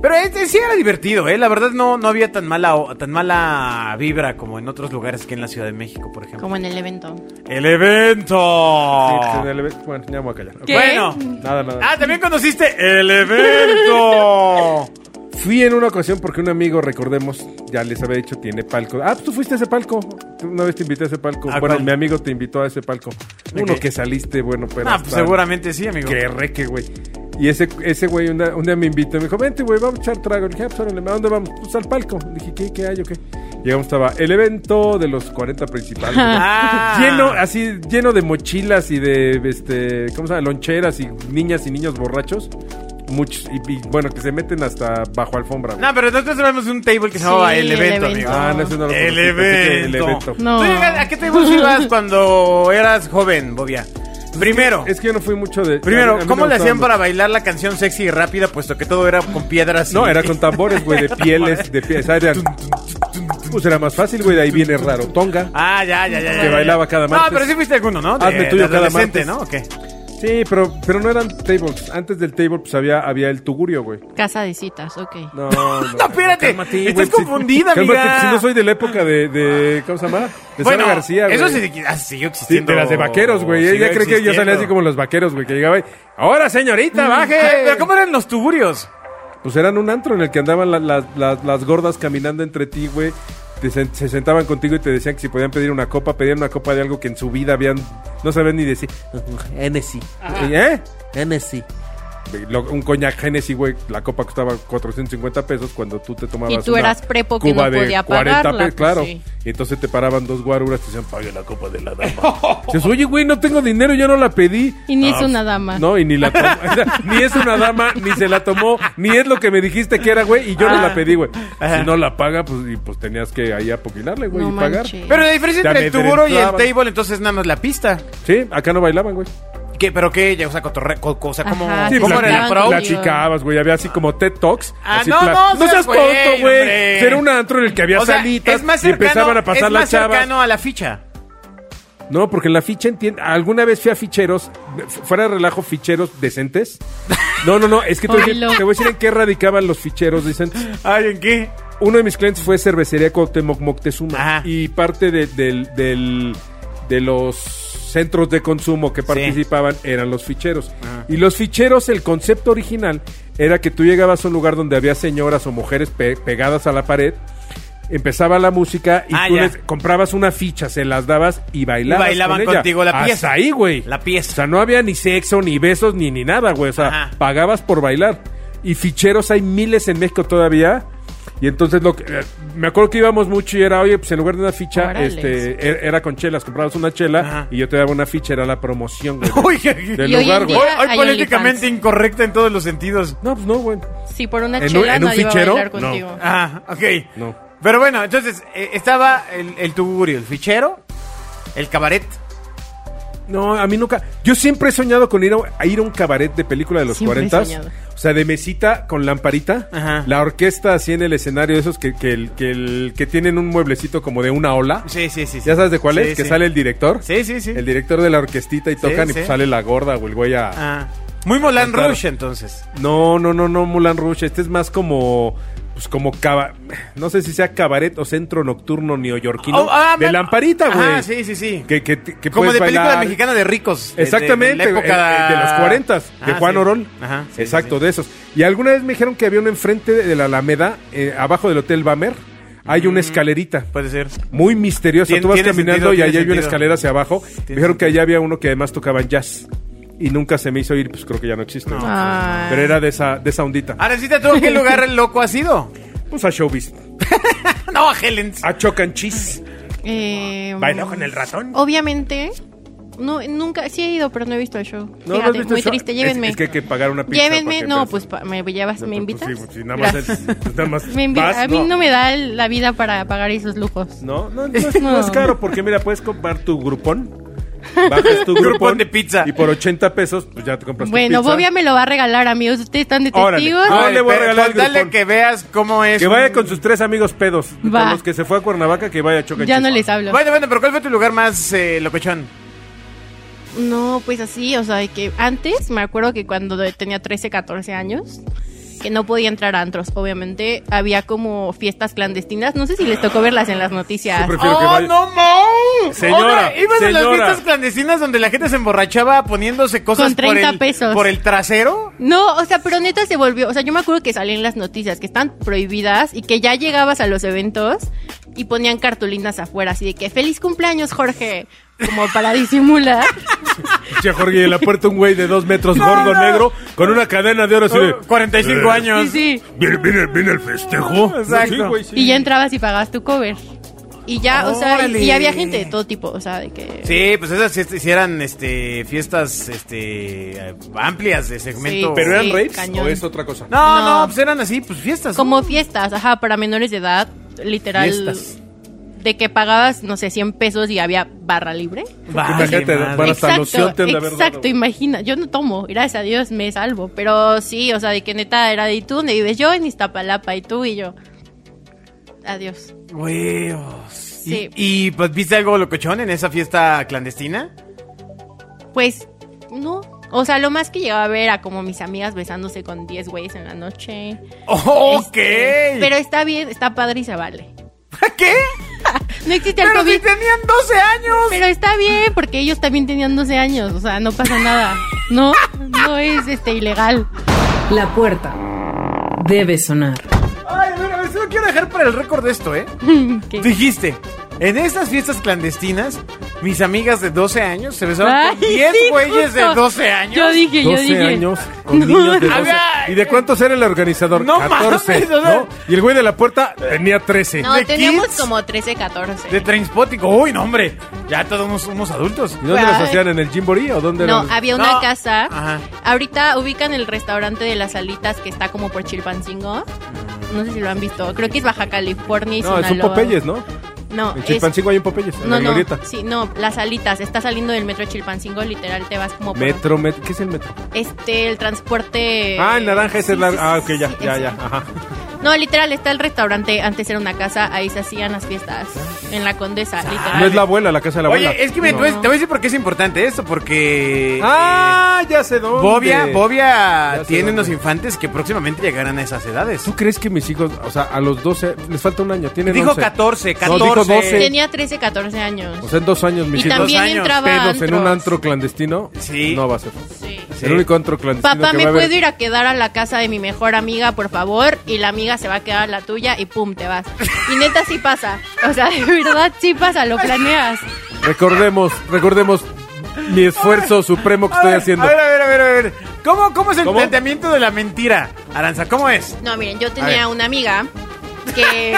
[SPEAKER 2] Pero este sí era divertido, ¿eh? La verdad no, no había tan mala, o- tan mala vibra como en otros lugares que en la Ciudad de México, por ejemplo.
[SPEAKER 4] Como en el evento.
[SPEAKER 2] ¡El evento!
[SPEAKER 3] Sí, pues, en el- Bueno, ya me voy a callar.
[SPEAKER 4] ¿Qué?
[SPEAKER 2] Bueno.
[SPEAKER 3] Nada, nada.
[SPEAKER 2] Ah, también conociste el evento.
[SPEAKER 3] Fui en una ocasión porque un amigo, recordemos, ya les había dicho, tiene palco. Ah, pues tú fuiste a ese palco. Tú Una vez te invité a ese palco.
[SPEAKER 2] ¿A
[SPEAKER 3] bueno,
[SPEAKER 2] cuál?
[SPEAKER 3] mi amigo te invitó a ese palco. Uno
[SPEAKER 2] Ok.
[SPEAKER 3] que saliste, bueno, pero.
[SPEAKER 2] Ah, pues
[SPEAKER 3] hasta-
[SPEAKER 2] seguramente sí, amigo.
[SPEAKER 3] Qué reque, güey. Y ese, ese güey una- un día me invitó y me dijo, vente, güey, vamos a echar trago. Le dije, ah, pues, órale, ¿a dónde vamos? Pues al palco. Le dije, ¿qué, qué hay o qué? Llegamos, estaba el evento de los 40 principales. ¿no?
[SPEAKER 2] Ah.
[SPEAKER 3] Lleno, así, lleno de mochilas y de, este, ¿cómo se llama? Loncheras y niñas y niños borrachos. Muchos, y, y, bueno, que se meten hasta bajo alfombra. güey.
[SPEAKER 2] No, pero nosotros hablamos de un table que se llamaba
[SPEAKER 4] Sí,
[SPEAKER 2] El
[SPEAKER 4] el
[SPEAKER 2] Evento,
[SPEAKER 4] evento.
[SPEAKER 2] amigo.
[SPEAKER 3] Ah, no, ese no lo
[SPEAKER 2] el,
[SPEAKER 3] conocí, pensé que el
[SPEAKER 2] evento.
[SPEAKER 3] evento.
[SPEAKER 4] No.
[SPEAKER 2] ¿Tú llegas- ¿A qué table ibas cuando eras joven, Bobia? Primero,
[SPEAKER 3] Es que yo no fui mucho de... a
[SPEAKER 2] primero,
[SPEAKER 3] mí- a mí
[SPEAKER 2] ¿cómo
[SPEAKER 3] no me
[SPEAKER 2] le hacían
[SPEAKER 3] gustaban
[SPEAKER 2] para bailar la canción sexy y rápida, puesto que todo era con piedras? y-
[SPEAKER 3] No, era con tambores, güey, de pieles, de pieles. Eran, pues era más fácil, güey, de ahí viene raro. Tonga.
[SPEAKER 2] Ah, ya, ya, ya. ya,
[SPEAKER 3] Que
[SPEAKER 2] ya.
[SPEAKER 3] bailaba cada martes.
[SPEAKER 2] No, pero sí fuiste alguno, ¿no?
[SPEAKER 3] Hazme tuyo cada
[SPEAKER 2] adolescente,
[SPEAKER 3] martes.
[SPEAKER 2] ¿no? ¿O qué?
[SPEAKER 3] Sí, pero, pero no eran tables. Antes del table, pues había, había el tugurio, güey.
[SPEAKER 4] Casa de citas, ok.
[SPEAKER 3] No, no.
[SPEAKER 2] No, espérate.
[SPEAKER 3] Cálmate,
[SPEAKER 2] Estás
[SPEAKER 3] güey, pues,
[SPEAKER 2] confundida,
[SPEAKER 3] cálmate,
[SPEAKER 2] amiga.
[SPEAKER 3] pues, Si no soy de la época de, de ¿cómo se llama? De
[SPEAKER 2] bueno,
[SPEAKER 3] Sara García, güey.
[SPEAKER 2] eso sí, ah, siguió
[SPEAKER 3] Sí,
[SPEAKER 2] existiendo.
[SPEAKER 3] de las de vaqueros, güey. Ella
[SPEAKER 2] Siguió
[SPEAKER 3] cree que yo salía
[SPEAKER 2] existiendo. Mm.
[SPEAKER 3] así como los vaqueros, güey, que llegaba y, ¡Ahora, señorita, baje!
[SPEAKER 2] Ay, Pero ¿cómo eran los tugurios?
[SPEAKER 3] Pues eran un antro en el que andaban la- la- la- las gordas caminando entre ti, güey. Te sen- se sentaban contigo y te decían que si podían pedir una copa, pedían una copa de algo que en su vida habían... No sabían ni decir.
[SPEAKER 6] NC.
[SPEAKER 3] ¿Eh?
[SPEAKER 6] NC.
[SPEAKER 3] lo- un coñac Genesis, güey, la copa costaba 450 pesos cuando tú te tomabas
[SPEAKER 4] Y tú
[SPEAKER 3] una
[SPEAKER 4] eras prepo que
[SPEAKER 3] cuba
[SPEAKER 4] no podía
[SPEAKER 3] de 40
[SPEAKER 4] pagarla,
[SPEAKER 3] pesos,
[SPEAKER 4] pues,
[SPEAKER 3] claro.
[SPEAKER 4] sí.
[SPEAKER 3] Y entonces te paraban dos guaruras y te decían, pague la copa de la dama. Dices, oye, güey, no tengo dinero, ya no la pedí.
[SPEAKER 4] Y ni
[SPEAKER 3] Ah,
[SPEAKER 4] es una dama.
[SPEAKER 3] No, y ni la tomó. ni es una dama, ni se la tomó, ni es lo que me dijiste que era, güey, y yo no
[SPEAKER 2] Ah.
[SPEAKER 3] la pedí, güey. Si no la paga, pues, y, pues tenías que ahí apoquilarle, güey,
[SPEAKER 4] No
[SPEAKER 3] y pagar.
[SPEAKER 4] manches.
[SPEAKER 2] Pero la diferencia
[SPEAKER 3] Te
[SPEAKER 2] entre el tuburo y el
[SPEAKER 3] amedrentaban.
[SPEAKER 2] table, entonces nada más la pista.
[SPEAKER 3] Sí, acá no bailaban, güey.
[SPEAKER 2] ¿Qué, ¿Pero qué? Ya, o sea, cotorre, co- co- o sea, ¿cómo,
[SPEAKER 4] Ajá,
[SPEAKER 3] Sí,
[SPEAKER 2] Ah, cómo era
[SPEAKER 4] pues,
[SPEAKER 2] el
[SPEAKER 4] platicaban
[SPEAKER 2] approach?
[SPEAKER 4] contigo.
[SPEAKER 3] Platicabas, güey. Había así como TED Talks.
[SPEAKER 2] Ah,
[SPEAKER 3] así
[SPEAKER 2] no,
[SPEAKER 3] pla-
[SPEAKER 2] no,
[SPEAKER 3] no seas
[SPEAKER 2] seas güey,
[SPEAKER 3] tonto, güey.
[SPEAKER 2] hombre.
[SPEAKER 3] Era un antro en el que había
[SPEAKER 2] O sea,
[SPEAKER 3] salitas
[SPEAKER 2] es más
[SPEAKER 3] y
[SPEAKER 2] cercano,
[SPEAKER 3] empezaban a pasar
[SPEAKER 2] es
[SPEAKER 3] las
[SPEAKER 2] más
[SPEAKER 3] chavas.
[SPEAKER 2] cercano a la ficha.
[SPEAKER 3] No, porque en la ficha entiende. Alguna vez fui a ficheros, f- fuera de relajo, ficheros decentes. No, no, no, es que te voy, a decir,
[SPEAKER 4] Oilo.
[SPEAKER 3] te voy a decir en qué radicaban los ficheros decentes.
[SPEAKER 2] Ay, ¿en qué?
[SPEAKER 3] Uno de mis clientes fue cervecería Cuauhtémoc Moctezuma.
[SPEAKER 2] Ajá.
[SPEAKER 3] Y parte de, del- del- de los centros de consumo que participaban eran los ficheros. Y los ficheros, el concepto original era que tú llegabas a un lugar donde había señoras o mujeres pe- pegadas a la pared. Empezaba la música y
[SPEAKER 2] Ah,
[SPEAKER 3] tú
[SPEAKER 2] ya.
[SPEAKER 3] les comprabas una ficha, se las dabas y bailabas.
[SPEAKER 2] Y bailaban
[SPEAKER 3] con ella.
[SPEAKER 2] contigo la pieza.
[SPEAKER 3] Hasta ahí, güey.
[SPEAKER 2] La pieza.
[SPEAKER 3] O sea, no había ni sexo, ni besos, ni, ni nada, güey. O sea,
[SPEAKER 2] Ajá.
[SPEAKER 3] pagabas por bailar. Y ficheros hay miles en México todavía. Y entonces lo que, eh, me acuerdo que íbamos mucho y era, oye, pues en lugar de una ficha,
[SPEAKER 4] Órale.
[SPEAKER 3] este, er- era con chelas, comprabas una chela
[SPEAKER 2] Ajá.
[SPEAKER 3] y yo te daba una ficha, era la promoción, güey.
[SPEAKER 2] Uy, qué-
[SPEAKER 3] del
[SPEAKER 4] Y hoy en
[SPEAKER 3] lugar, güey.
[SPEAKER 4] día-
[SPEAKER 2] Hoy- hoy
[SPEAKER 4] hay
[SPEAKER 2] políticamente
[SPEAKER 4] OnlyFans.
[SPEAKER 2] incorrecta en todos los sentidos.
[SPEAKER 3] No, pues no, güey.
[SPEAKER 4] Si por una
[SPEAKER 3] ¿En un-
[SPEAKER 4] chela
[SPEAKER 3] en un
[SPEAKER 4] nadie
[SPEAKER 3] fichero?
[SPEAKER 4] va a bailar
[SPEAKER 3] No.
[SPEAKER 4] contigo.
[SPEAKER 2] Ah, ok.
[SPEAKER 3] No.
[SPEAKER 2] Pero bueno, entonces eh, estaba el, el tugurio, el fichero, el cabaret.
[SPEAKER 3] No, a mí nunca. Yo siempre he soñado con ir a, a ir a un cabaret de película de los
[SPEAKER 4] Siempre he
[SPEAKER 3] 40
[SPEAKER 4] soñado.
[SPEAKER 3] O sea, de mesita con lamparita.
[SPEAKER 2] Ajá.
[SPEAKER 3] La orquesta así en el escenario, esos que, que, el- que, el- que tienen un mueblecito como de una ola.
[SPEAKER 2] Sí, sí, sí. sí.
[SPEAKER 3] ¿Ya sabes de cuál es?
[SPEAKER 2] Sí,
[SPEAKER 3] que
[SPEAKER 2] sí.
[SPEAKER 3] sale el director.
[SPEAKER 2] Sí, sí, sí.
[SPEAKER 3] El director de la orquestita y
[SPEAKER 2] Sí,
[SPEAKER 3] tocan
[SPEAKER 2] sí.
[SPEAKER 3] y pues sale la gorda o el güey a.
[SPEAKER 2] Ah. Muy Molan
[SPEAKER 3] Claro.
[SPEAKER 2] Rush, entonces.
[SPEAKER 3] No, no, no, no, Mulan Rush. Este es más como. Pues como caba... No sé si sea cabaret o centro nocturno neoyorquino.
[SPEAKER 2] Oh, ah,
[SPEAKER 3] de
[SPEAKER 2] man-
[SPEAKER 3] lamparita, güey.
[SPEAKER 2] Ajá, sí, sí, sí.
[SPEAKER 3] Que, que, que
[SPEAKER 2] Como
[SPEAKER 3] puedes
[SPEAKER 2] de película
[SPEAKER 3] bailar.
[SPEAKER 2] mexicana de ricos. de-
[SPEAKER 3] Exactamente,
[SPEAKER 2] de, de la época-
[SPEAKER 3] eh, de los 40 de
[SPEAKER 2] Ah,
[SPEAKER 3] Juan
[SPEAKER 2] sí.
[SPEAKER 3] Orol.
[SPEAKER 2] Ajá. sí, sí,
[SPEAKER 3] Exacto,
[SPEAKER 2] sí.
[SPEAKER 3] de esos. Y alguna vez me dijeron que había uno enfrente de la Alameda, eh, abajo del Hotel Bamer, hay
[SPEAKER 2] Mm.
[SPEAKER 3] una escalerita.
[SPEAKER 2] Puede ser.
[SPEAKER 3] Muy misteriosa.
[SPEAKER 2] Tien-
[SPEAKER 3] Tú vas
[SPEAKER 2] tiene
[SPEAKER 3] caminando
[SPEAKER 2] sentido,
[SPEAKER 3] y ahí
[SPEAKER 2] tiene
[SPEAKER 3] hay una
[SPEAKER 2] sentido.
[SPEAKER 3] escalera hacia abajo. Me
[SPEAKER 2] Tiene
[SPEAKER 3] dijeron que
[SPEAKER 2] sentido.
[SPEAKER 3] allá había uno que además tocaban jazz. Y nunca se me hizo ir, pues creo que ya no Ah. existe.
[SPEAKER 4] Ay.
[SPEAKER 3] Pero era de esa, de esa ondita.
[SPEAKER 2] Ahora sí te tuvo qué lugar el loco ha sido.
[SPEAKER 3] Pues a Showbiz.
[SPEAKER 2] No, a Helens.
[SPEAKER 3] A Choc and Cheese.
[SPEAKER 4] Eh,
[SPEAKER 3] Ah, Bailó con el ratón.
[SPEAKER 2] Oh,
[SPEAKER 4] Obviamente. No, nunca, sí he ido, pero no he visto el show.
[SPEAKER 3] ¿No,
[SPEAKER 4] Fíjate,
[SPEAKER 3] has visto
[SPEAKER 4] muy
[SPEAKER 3] el show?
[SPEAKER 4] triste,
[SPEAKER 3] Es-
[SPEAKER 4] llévenme.
[SPEAKER 3] Es, que hay que pagar una pizza. para
[SPEAKER 4] llévenme,
[SPEAKER 3] que
[SPEAKER 4] no,
[SPEAKER 3] veas.
[SPEAKER 4] pues pa- me llevas,
[SPEAKER 3] No,
[SPEAKER 4] me
[SPEAKER 3] pues,
[SPEAKER 4] invitas.
[SPEAKER 3] sí, pues, sí, nada más
[SPEAKER 4] Gracias.
[SPEAKER 3] es- pues, nada más
[SPEAKER 4] Me invi-
[SPEAKER 3] vas,
[SPEAKER 4] a mí no. me da el- la vida para pagar esos lujos.
[SPEAKER 3] No, no, no es, no es
[SPEAKER 4] No.
[SPEAKER 3] caro porque mira, puedes comprar tu grupón. Bajas tu grupón,
[SPEAKER 2] Grupón de pizza.
[SPEAKER 3] Y por 80 pesos, pues ya te compras tu
[SPEAKER 4] Bueno,
[SPEAKER 3] pizza.
[SPEAKER 4] Bobia me lo va a regalar, amigos. Ustedes están de
[SPEAKER 3] Órale.
[SPEAKER 4] testigos.
[SPEAKER 3] No, le voy a
[SPEAKER 2] pero
[SPEAKER 3] regalar el
[SPEAKER 2] con tal de
[SPEAKER 3] grupón.
[SPEAKER 2] que veas cómo es.
[SPEAKER 3] Que vaya
[SPEAKER 2] un-
[SPEAKER 3] con sus tres amigos pedos. Con
[SPEAKER 4] Va.
[SPEAKER 3] los que se fue a Cuernavaca, que vaya a Choca
[SPEAKER 4] ya no les hablo.
[SPEAKER 2] Bueno, bueno, pero ¿cuál fue tu lugar más eh, locochón?
[SPEAKER 4] No, pues así, o sea, de que antes me acuerdo que cuando de- tenía 13, 14 años, que no podía entrar a antros, obviamente, había como fiestas clandestinas. No sé si les tocó verlas en las noticias.
[SPEAKER 3] Siempre Prefiero que vaya-
[SPEAKER 2] Oh, no, no!
[SPEAKER 3] Señora,
[SPEAKER 2] Oiga, ¿Ibas a las
[SPEAKER 3] señora.
[SPEAKER 2] fiestas clandestinas donde la gente se emborrachaba poniéndose cosas
[SPEAKER 4] Con 30
[SPEAKER 2] por, el,
[SPEAKER 4] pesos.
[SPEAKER 2] por el trasero?
[SPEAKER 4] No, o sea, pero neta se volvió. O sea, yo me acuerdo que salían las noticias que están prohibidas y que ya llegabas a los eventos y ponían cartulinas afuera, así de que feliz cumpleaños, Jorge, como para disimular.
[SPEAKER 3] Che, Jorge, y en la puerta un güey de dos metros
[SPEAKER 2] No,
[SPEAKER 3] gordo
[SPEAKER 2] no.
[SPEAKER 3] negro con una cadena de oro así de.
[SPEAKER 2] Oh, 45 años.
[SPEAKER 4] Sí, sí.
[SPEAKER 3] Viene, viene, viene el festejo.
[SPEAKER 2] Exacto.
[SPEAKER 4] Y ya entrabas y pagabas tu cover. Y ya, o sea, y-
[SPEAKER 2] Órale.
[SPEAKER 4] y, había gente de todo tipo, o sea, de que.
[SPEAKER 2] Sí, pues esas fiestas hicieran este, fiestas este, eh, amplias de segmento.
[SPEAKER 4] Sí,
[SPEAKER 3] ¿Pero eran
[SPEAKER 4] Sí,
[SPEAKER 3] rapes
[SPEAKER 4] cañón.
[SPEAKER 3] o es otra cosa?
[SPEAKER 2] No, no,
[SPEAKER 4] No.
[SPEAKER 2] pues eran así, pues fiestas.
[SPEAKER 4] Como
[SPEAKER 2] ¿no?
[SPEAKER 4] fiestas, ajá, para menores de edad, literal.
[SPEAKER 2] Fiestas.
[SPEAKER 4] De que pagabas, no sé, 100 pesos y había barra libre.
[SPEAKER 2] Vale,
[SPEAKER 3] Imagínate,
[SPEAKER 2] madre.
[SPEAKER 3] van a estar- Hasta loción te han de haber dado,
[SPEAKER 4] exacto,
[SPEAKER 3] güey.
[SPEAKER 4] imagina. Yo no tomo, gracias a Dios me salvo. Pero sí, o sea, de que neta era de "¿Y tú donde vives yo en Iztapalapa y tú y yo. Adiós.
[SPEAKER 2] Huevos.
[SPEAKER 4] Sí.
[SPEAKER 2] ¿Y, y, pues viste algo locochón en esa fiesta clandestina?
[SPEAKER 4] Pues no. O sea, lo más que llegaba a ver era como mis amigas besándose con 10 güeyes en la noche.
[SPEAKER 2] ¡Ok!
[SPEAKER 4] Este, pero está bien, está padre y se vale.
[SPEAKER 2] ¿Qué?
[SPEAKER 4] No existe el
[SPEAKER 2] ¡Pero si
[SPEAKER 4] COVID.
[SPEAKER 2] tenían 12 años!
[SPEAKER 4] Pero está bien, porque ellos también tenían 12 años, o sea, no pasa nada. No, no es este ilegal.
[SPEAKER 1] La puerta debe sonar.
[SPEAKER 2] Ay, bueno, solo quiero dejar para el récord de esto, ¿eh?
[SPEAKER 4] ¿Qué?
[SPEAKER 2] Dijiste, en estas fiestas clandestinas Mis amigas de 12 años se besaron
[SPEAKER 4] Ay,
[SPEAKER 2] con 10
[SPEAKER 4] sí,
[SPEAKER 2] güeyes de
[SPEAKER 4] justo.
[SPEAKER 2] 12 años.
[SPEAKER 4] Yo dije, yo
[SPEAKER 3] 12
[SPEAKER 4] dije.
[SPEAKER 3] años con niños de
[SPEAKER 2] No.
[SPEAKER 3] 12. ¿Y de cuántos era el organizador?
[SPEAKER 2] No
[SPEAKER 3] 14,
[SPEAKER 2] mames, o sea-
[SPEAKER 3] ¿no? Y el güey de la puerta tenía 13.
[SPEAKER 2] ¿De
[SPEAKER 4] No, teníamos
[SPEAKER 2] kids?
[SPEAKER 4] como 13, 14.
[SPEAKER 2] De Trainspotting. Uy, no, hombre. Ya todos somos, somos adultos.
[SPEAKER 3] ¿Y dónde los
[SPEAKER 4] Ay.
[SPEAKER 3] hacían? ¿En el Jimborí o dónde
[SPEAKER 4] No,
[SPEAKER 3] los-
[SPEAKER 4] había una
[SPEAKER 2] No.
[SPEAKER 4] casa.
[SPEAKER 2] Ajá.
[SPEAKER 4] Ahorita ubican el restaurante de las alitas que está como por Chilpancingo. No sé si lo han visto. Creo que es Baja California y
[SPEAKER 3] Mm. No, es un
[SPEAKER 4] Sinaloa.
[SPEAKER 3] Popeyes, ¿no?
[SPEAKER 4] No,
[SPEAKER 3] En
[SPEAKER 4] es-
[SPEAKER 3] Chilpancingo hay un Popeyes, en
[SPEAKER 4] No,
[SPEAKER 3] la
[SPEAKER 4] no,
[SPEAKER 3] glorieta.
[SPEAKER 4] sí, no, las alitas. Está saliendo del metro Chilpancingo, literal, te vas como por
[SPEAKER 3] Metro, met- ¿qué es el metro?
[SPEAKER 4] este, el transporte.
[SPEAKER 3] ah, el naranja, ese
[SPEAKER 4] Sí,
[SPEAKER 3] es la...
[SPEAKER 4] sí, sí,
[SPEAKER 3] ah, ok,
[SPEAKER 4] sí,
[SPEAKER 3] ya,
[SPEAKER 4] sí,
[SPEAKER 3] ya,
[SPEAKER 4] ese.
[SPEAKER 3] ya, ajá.
[SPEAKER 4] No, literal, está el restaurante. Antes era una casa, ahí se hacían las fiestas. En la Condesa, literal.
[SPEAKER 3] Ah, No es la abuela, la casa de la abuela.
[SPEAKER 2] Oye, es que me-
[SPEAKER 4] No.
[SPEAKER 2] te voy a- te voy a decir por qué es importante esto. Porque...
[SPEAKER 3] Ah, ya sé
[SPEAKER 2] eh,
[SPEAKER 3] dónde.
[SPEAKER 2] Bobia, Bobia
[SPEAKER 3] Ya sé
[SPEAKER 2] tiene
[SPEAKER 3] dónde.
[SPEAKER 2] unos infantes que próximamente llegarán a esas edades.
[SPEAKER 3] ¿Tú crees que mis hijos, o sea, a los 12, les falta un año? Tienen
[SPEAKER 2] Dijo
[SPEAKER 3] 11.
[SPEAKER 2] 14,
[SPEAKER 3] No, dijo
[SPEAKER 2] 14.
[SPEAKER 3] 12.
[SPEAKER 4] Tenía 13, 14 años.
[SPEAKER 3] O sea, en dos años Pues, mis
[SPEAKER 4] y
[SPEAKER 3] hijos.
[SPEAKER 4] también
[SPEAKER 2] dos años,
[SPEAKER 4] entraba a
[SPEAKER 3] pedos en un
[SPEAKER 4] antros.
[SPEAKER 3] antro clandestino.
[SPEAKER 2] Sí.
[SPEAKER 3] No va a ser.
[SPEAKER 4] Sí.
[SPEAKER 2] Sí.
[SPEAKER 3] El único antro clandestino
[SPEAKER 4] Papá,
[SPEAKER 3] que
[SPEAKER 4] ¿me
[SPEAKER 3] va a haber.
[SPEAKER 4] puedo ir a quedar a la casa de mi mejor amiga, por favor? Y la amiga se va a quedar a la tuya y pum, te vas. Y neta sí pasa. O sea, de verdad sí pasa, lo planeas.
[SPEAKER 3] Recordemos, recordemos mi esfuerzo supremo que
[SPEAKER 2] A
[SPEAKER 3] estoy
[SPEAKER 2] ver,
[SPEAKER 3] haciendo.
[SPEAKER 2] A ver, a ver, a ver, a ver. ¿Cómo, cómo es el
[SPEAKER 3] ¿Cómo?
[SPEAKER 2] planteamiento de la mentira, Aranza? ¿Cómo es?
[SPEAKER 4] No, miren, yo
[SPEAKER 2] A ver.
[SPEAKER 4] tenía una amiga que,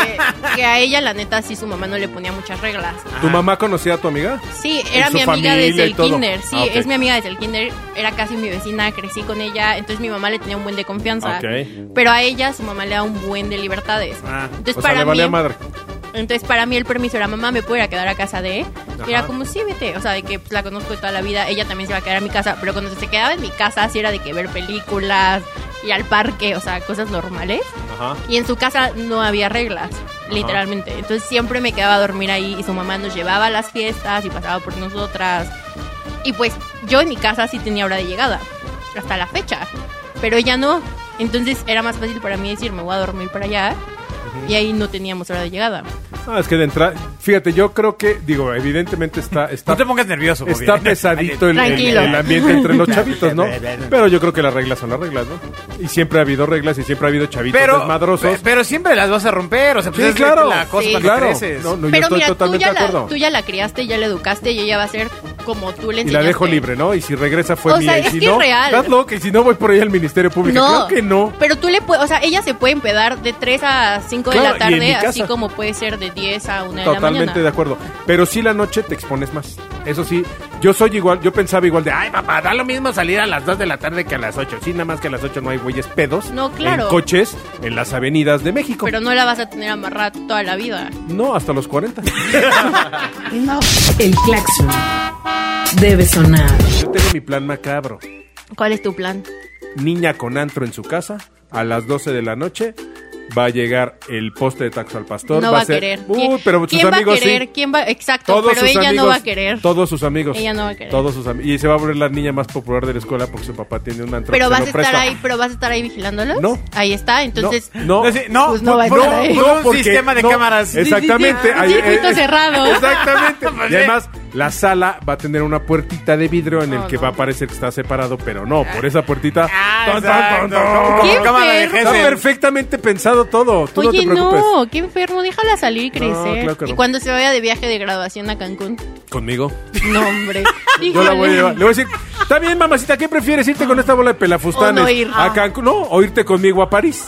[SPEAKER 4] que a ella, la neta, sí su mamá no le ponía muchas reglas.
[SPEAKER 3] ¿Tu mamá conocía a tu amiga?
[SPEAKER 4] Sí, era
[SPEAKER 3] ¿Y su
[SPEAKER 4] mi amiga
[SPEAKER 3] familia
[SPEAKER 4] desde
[SPEAKER 3] y
[SPEAKER 4] el
[SPEAKER 3] todo?
[SPEAKER 4] kinder. Sí,
[SPEAKER 3] Ah, ok.
[SPEAKER 4] es mi amiga desde el kinder. Era casi mi vecina, crecí con ella. Entonces mi mamá le tenía un buen de confianza.
[SPEAKER 3] Ok.
[SPEAKER 4] Pero a ella su mamá le da un buen de libertades.
[SPEAKER 2] Ah,
[SPEAKER 4] Entonces
[SPEAKER 3] o sea, le
[SPEAKER 4] para
[SPEAKER 3] valía
[SPEAKER 4] mí...
[SPEAKER 3] madre.
[SPEAKER 4] Entonces para mí el permiso era mamá, me puedo ir a quedar a casa de. Y era
[SPEAKER 3] Ajá.
[SPEAKER 4] como, sí, vete. O sea, de que pues, la conozco de toda la vida, ella también se va a quedar a mi casa. Pero cuando se quedaba en mi casa, sí era de que ver películas, y al parque, o sea, cosas normales.
[SPEAKER 3] Ajá.
[SPEAKER 4] Y en su casa no había reglas, literalmente. Entonces siempre me quedaba a dormir ahí y su mamá nos llevaba a las fiestas y pasaba por nosotras. Y pues yo en mi casa sí tenía hora de llegada, hasta la fecha. Pero ella no. Entonces era más fácil para mí decir, me voy a dormir para allá. Y ahí no teníamos hora de llegada.
[SPEAKER 3] Ah, es que de entrada, fíjate, yo creo que, digo, evidentemente está,
[SPEAKER 2] No
[SPEAKER 3] está,
[SPEAKER 2] te pongas nervioso, Bobia.
[SPEAKER 3] está pesadito el, el-
[SPEAKER 4] Tranquilo.
[SPEAKER 3] el ambiente entre los chavitos, ¿no? Pero yo creo que las reglas son las reglas, ¿no? Y siempre ha habido reglas y siempre ha habido chavitos
[SPEAKER 2] Pero,
[SPEAKER 3] desmadrosos.
[SPEAKER 2] pero siempre las vas a romper. O sea, pues
[SPEAKER 3] Sí,
[SPEAKER 2] es
[SPEAKER 3] claro.
[SPEAKER 2] la cosa
[SPEAKER 4] Sí.
[SPEAKER 2] cuando
[SPEAKER 3] claro.
[SPEAKER 2] creces.
[SPEAKER 3] No, no, yo
[SPEAKER 4] Pero
[SPEAKER 3] estoy
[SPEAKER 4] mira, tú
[SPEAKER 3] totalmente
[SPEAKER 4] ya,
[SPEAKER 3] de acuerdo.
[SPEAKER 4] la, tú ya la criaste, ya la educaste y ella va a ser como tú le
[SPEAKER 3] Y
[SPEAKER 4] enseñaste.
[SPEAKER 3] la dejo libre, ¿no? Y si regresa fue
[SPEAKER 4] O
[SPEAKER 3] mía.
[SPEAKER 4] sea,
[SPEAKER 3] y
[SPEAKER 4] es
[SPEAKER 3] si
[SPEAKER 4] que
[SPEAKER 3] no,
[SPEAKER 4] es real.
[SPEAKER 3] estás loca. Y si no, voy por ahí al Ministerio Público.
[SPEAKER 4] No,
[SPEAKER 3] Claro que no.
[SPEAKER 4] Pero tú le puedes, o sea, ella se puede empedar de 3 a 5 de
[SPEAKER 3] Claro,
[SPEAKER 4] la
[SPEAKER 3] y en mi
[SPEAKER 4] tarde, así
[SPEAKER 3] casa.
[SPEAKER 4] como puede ser de 10 a 1 de la mañana.
[SPEAKER 3] Totalmente de acuerdo. Pero sí la noche te expones más. Eso sí, yo soy igual, yo pensaba igual de, ay papá, da lo mismo salir a las 2 de la tarde que a las 8. Sí, nada más que a las 8 no hay güeyes pedos.
[SPEAKER 4] No, claro.
[SPEAKER 3] En coches, en las avenidas de México.
[SPEAKER 4] Pero no la vas a tener amarrada toda la vida.
[SPEAKER 3] No, hasta los 40.
[SPEAKER 4] No.
[SPEAKER 1] El claxon debe sonar.
[SPEAKER 3] yo tengo mi plan macabro.
[SPEAKER 4] ¿Cuál es tu plan?
[SPEAKER 3] Niña con antro en su casa, a las 12 de la noche. Va a llegar el poste de taxo al pastor.
[SPEAKER 4] no va a
[SPEAKER 3] ser-
[SPEAKER 4] querer.
[SPEAKER 3] Uy,
[SPEAKER 4] ¿Quién-
[SPEAKER 3] pero sus
[SPEAKER 4] ¿Quién va
[SPEAKER 3] amigos
[SPEAKER 4] a querer?
[SPEAKER 3] sí.
[SPEAKER 4] ¿Quién va? Exacto,
[SPEAKER 3] Todos
[SPEAKER 4] pero
[SPEAKER 3] sus
[SPEAKER 4] ella
[SPEAKER 3] amigos,
[SPEAKER 4] no va a querer.
[SPEAKER 3] Todos sus amigos.
[SPEAKER 4] Ella no va a querer.
[SPEAKER 3] Todos sus amigos. Y se va a volver la niña más popular de la escuela porque su papá tiene un antro.
[SPEAKER 4] Pero
[SPEAKER 3] que
[SPEAKER 4] vas a
[SPEAKER 3] se lo
[SPEAKER 4] estar
[SPEAKER 3] presta.
[SPEAKER 4] ahí, pero vas a estar ahí vigilándolos.
[SPEAKER 3] No.
[SPEAKER 4] Ahí está, entonces
[SPEAKER 3] No,
[SPEAKER 2] No, sí, no,
[SPEAKER 4] Pues no va a
[SPEAKER 2] por-
[SPEAKER 4] estar
[SPEAKER 2] por-
[SPEAKER 4] ahí.
[SPEAKER 2] por un
[SPEAKER 3] porque-
[SPEAKER 2] sistema de
[SPEAKER 3] no,
[SPEAKER 2] cámaras.
[SPEAKER 3] Exactamente. eh,
[SPEAKER 4] Un circuito cerrado.
[SPEAKER 3] Exactamente.
[SPEAKER 2] Pues
[SPEAKER 3] y
[SPEAKER 2] sí.
[SPEAKER 3] además, la sala va a tener una puertita de vidrio en el
[SPEAKER 4] No,
[SPEAKER 3] que
[SPEAKER 4] no.
[SPEAKER 3] va a parecer que está separado, pero no, por esa puertita.
[SPEAKER 2] Ah,
[SPEAKER 3] Ton, ton, ton,
[SPEAKER 2] exacto.
[SPEAKER 3] ton.
[SPEAKER 4] ¿Qué?
[SPEAKER 2] Como cámara de
[SPEAKER 4] enfermo.
[SPEAKER 3] Está
[SPEAKER 2] Gesell.
[SPEAKER 3] perfectamente pensado todo. Tú
[SPEAKER 4] Oye,
[SPEAKER 3] no te preocupes.
[SPEAKER 4] no, qué enfermo, déjala salir y
[SPEAKER 3] No,
[SPEAKER 4] crecer.
[SPEAKER 3] claro que no.
[SPEAKER 4] Y cuando se vaya de viaje de graduación a Cancún.
[SPEAKER 3] Conmigo.
[SPEAKER 4] No, hombre.
[SPEAKER 3] Yo la voy a
[SPEAKER 4] Híjole.
[SPEAKER 3] llevar. Le voy a decir, está bien, mamacita, ¿qué prefieres irte con esta bola de pelafustanes?
[SPEAKER 4] O no ir.
[SPEAKER 3] A Cancún, no, o irte conmigo a París.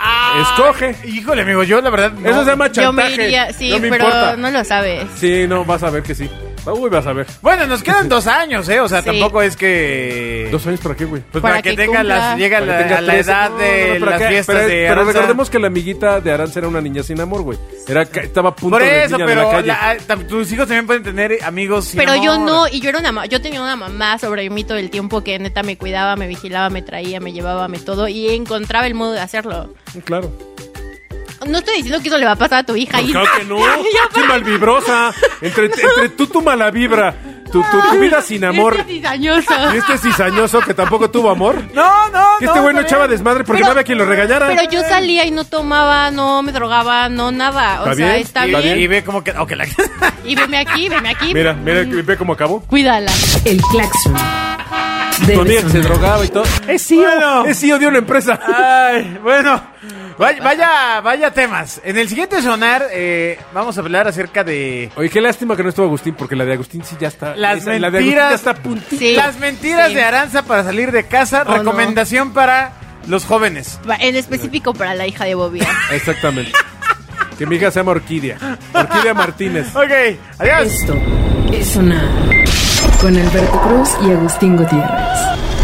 [SPEAKER 2] Ah,
[SPEAKER 3] Escoge.
[SPEAKER 2] Híjole, amigo, yo la verdad. no.
[SPEAKER 3] Eso se llama
[SPEAKER 4] Yo me
[SPEAKER 3] chantaje.
[SPEAKER 4] iría, sí,
[SPEAKER 3] no me
[SPEAKER 4] pero
[SPEAKER 3] importa.
[SPEAKER 4] no lo sabes.
[SPEAKER 3] Sí, no, vas a ver que sí. Uy, vas a ver.
[SPEAKER 2] Bueno, nos quedan dos años, ¿eh? O sea,
[SPEAKER 4] Sí.
[SPEAKER 2] tampoco es que.
[SPEAKER 3] ¿Dos años para qué, güey?
[SPEAKER 2] Pues para,
[SPEAKER 4] Para
[SPEAKER 2] que,
[SPEAKER 4] que
[SPEAKER 2] tenga
[SPEAKER 4] cumpla.
[SPEAKER 2] las, llega
[SPEAKER 3] Para que
[SPEAKER 2] la,
[SPEAKER 3] tenga
[SPEAKER 2] a la
[SPEAKER 3] 13.
[SPEAKER 2] edad
[SPEAKER 3] No,
[SPEAKER 2] de
[SPEAKER 3] no, no, pero
[SPEAKER 2] las
[SPEAKER 3] acá-
[SPEAKER 2] fiestas
[SPEAKER 3] pero,
[SPEAKER 2] de
[SPEAKER 3] Pero
[SPEAKER 2] Aranza.
[SPEAKER 3] recordemos que la amiguita de Aranza era una niña sin amor, güey. Era, ca- estaba a punto
[SPEAKER 2] Por
[SPEAKER 3] de
[SPEAKER 2] eso,
[SPEAKER 3] niña de la
[SPEAKER 2] pero
[SPEAKER 3] calle.
[SPEAKER 2] la- ah, tam- tus hijos también pueden tener eh, amigos. sin
[SPEAKER 4] Pero yo
[SPEAKER 2] amor.
[SPEAKER 4] no, y yo era una ma- yo tenía una mamá sobre mí todo el tiempo que neta me cuidaba, me vigilaba, me traía, me llevaba, me todo, y encontraba el modo de hacerlo.
[SPEAKER 3] Claro.
[SPEAKER 4] No estoy diciendo que eso le va a pasar a tu hija. y-
[SPEAKER 3] Pues claro que no. ¡Qué malvibrosa! Entre, entre tú, tu mala vibra, tu, tu, tu vida sin amor
[SPEAKER 4] Este cizañoso.
[SPEAKER 3] y este cizañoso que tampoco tuvo amor.
[SPEAKER 2] No, no,
[SPEAKER 3] Que este
[SPEAKER 2] no,
[SPEAKER 3] güey no
[SPEAKER 2] está
[SPEAKER 3] echaba
[SPEAKER 2] bien.
[SPEAKER 3] desmadre porque
[SPEAKER 4] Pero-
[SPEAKER 3] no había quien lo regañara.
[SPEAKER 4] Pero yo salía y no tomaba, no me drogaba, no nada. O
[SPEAKER 3] ¿Está
[SPEAKER 4] sea,
[SPEAKER 3] bien?
[SPEAKER 4] está
[SPEAKER 2] Y-
[SPEAKER 4] bien.
[SPEAKER 2] Y, ve como que. ok, la-
[SPEAKER 4] Y veme aquí, veme aquí.
[SPEAKER 3] Mira, mira, ve cómo acabó.
[SPEAKER 4] Cuídala.
[SPEAKER 1] El claxon
[SPEAKER 3] Tu amiga
[SPEAKER 1] debe
[SPEAKER 3] que se
[SPEAKER 1] sonar.
[SPEAKER 3] drogaba y todo. Es CEO.
[SPEAKER 2] Bueno.
[SPEAKER 3] Es CEO de una empresa.
[SPEAKER 2] Ay, bueno. Vaya, vaya, vaya temas. En el siguiente sonar eh, vamos a hablar acerca de
[SPEAKER 3] Oye, qué lástima que no estuvo Agustín, porque la de Agustín sí ya está.
[SPEAKER 2] Las
[SPEAKER 3] esa- La de Agustín
[SPEAKER 2] mentiras-
[SPEAKER 3] ya está a puntito.
[SPEAKER 4] Sí.
[SPEAKER 2] las mentiras
[SPEAKER 4] Sí.
[SPEAKER 2] de Aranza para salir de casa.
[SPEAKER 4] Oh, no.
[SPEAKER 2] recomendación para los jóvenes.
[SPEAKER 4] Va- En específico para la hija de Bobia.
[SPEAKER 3] Exactamente. que mi hija se llama Orquídea. Orquídea Martínez.
[SPEAKER 2] Ok, adiós.
[SPEAKER 1] Esto es sonar con Alberto Cruz y Agustín Gutiérrez.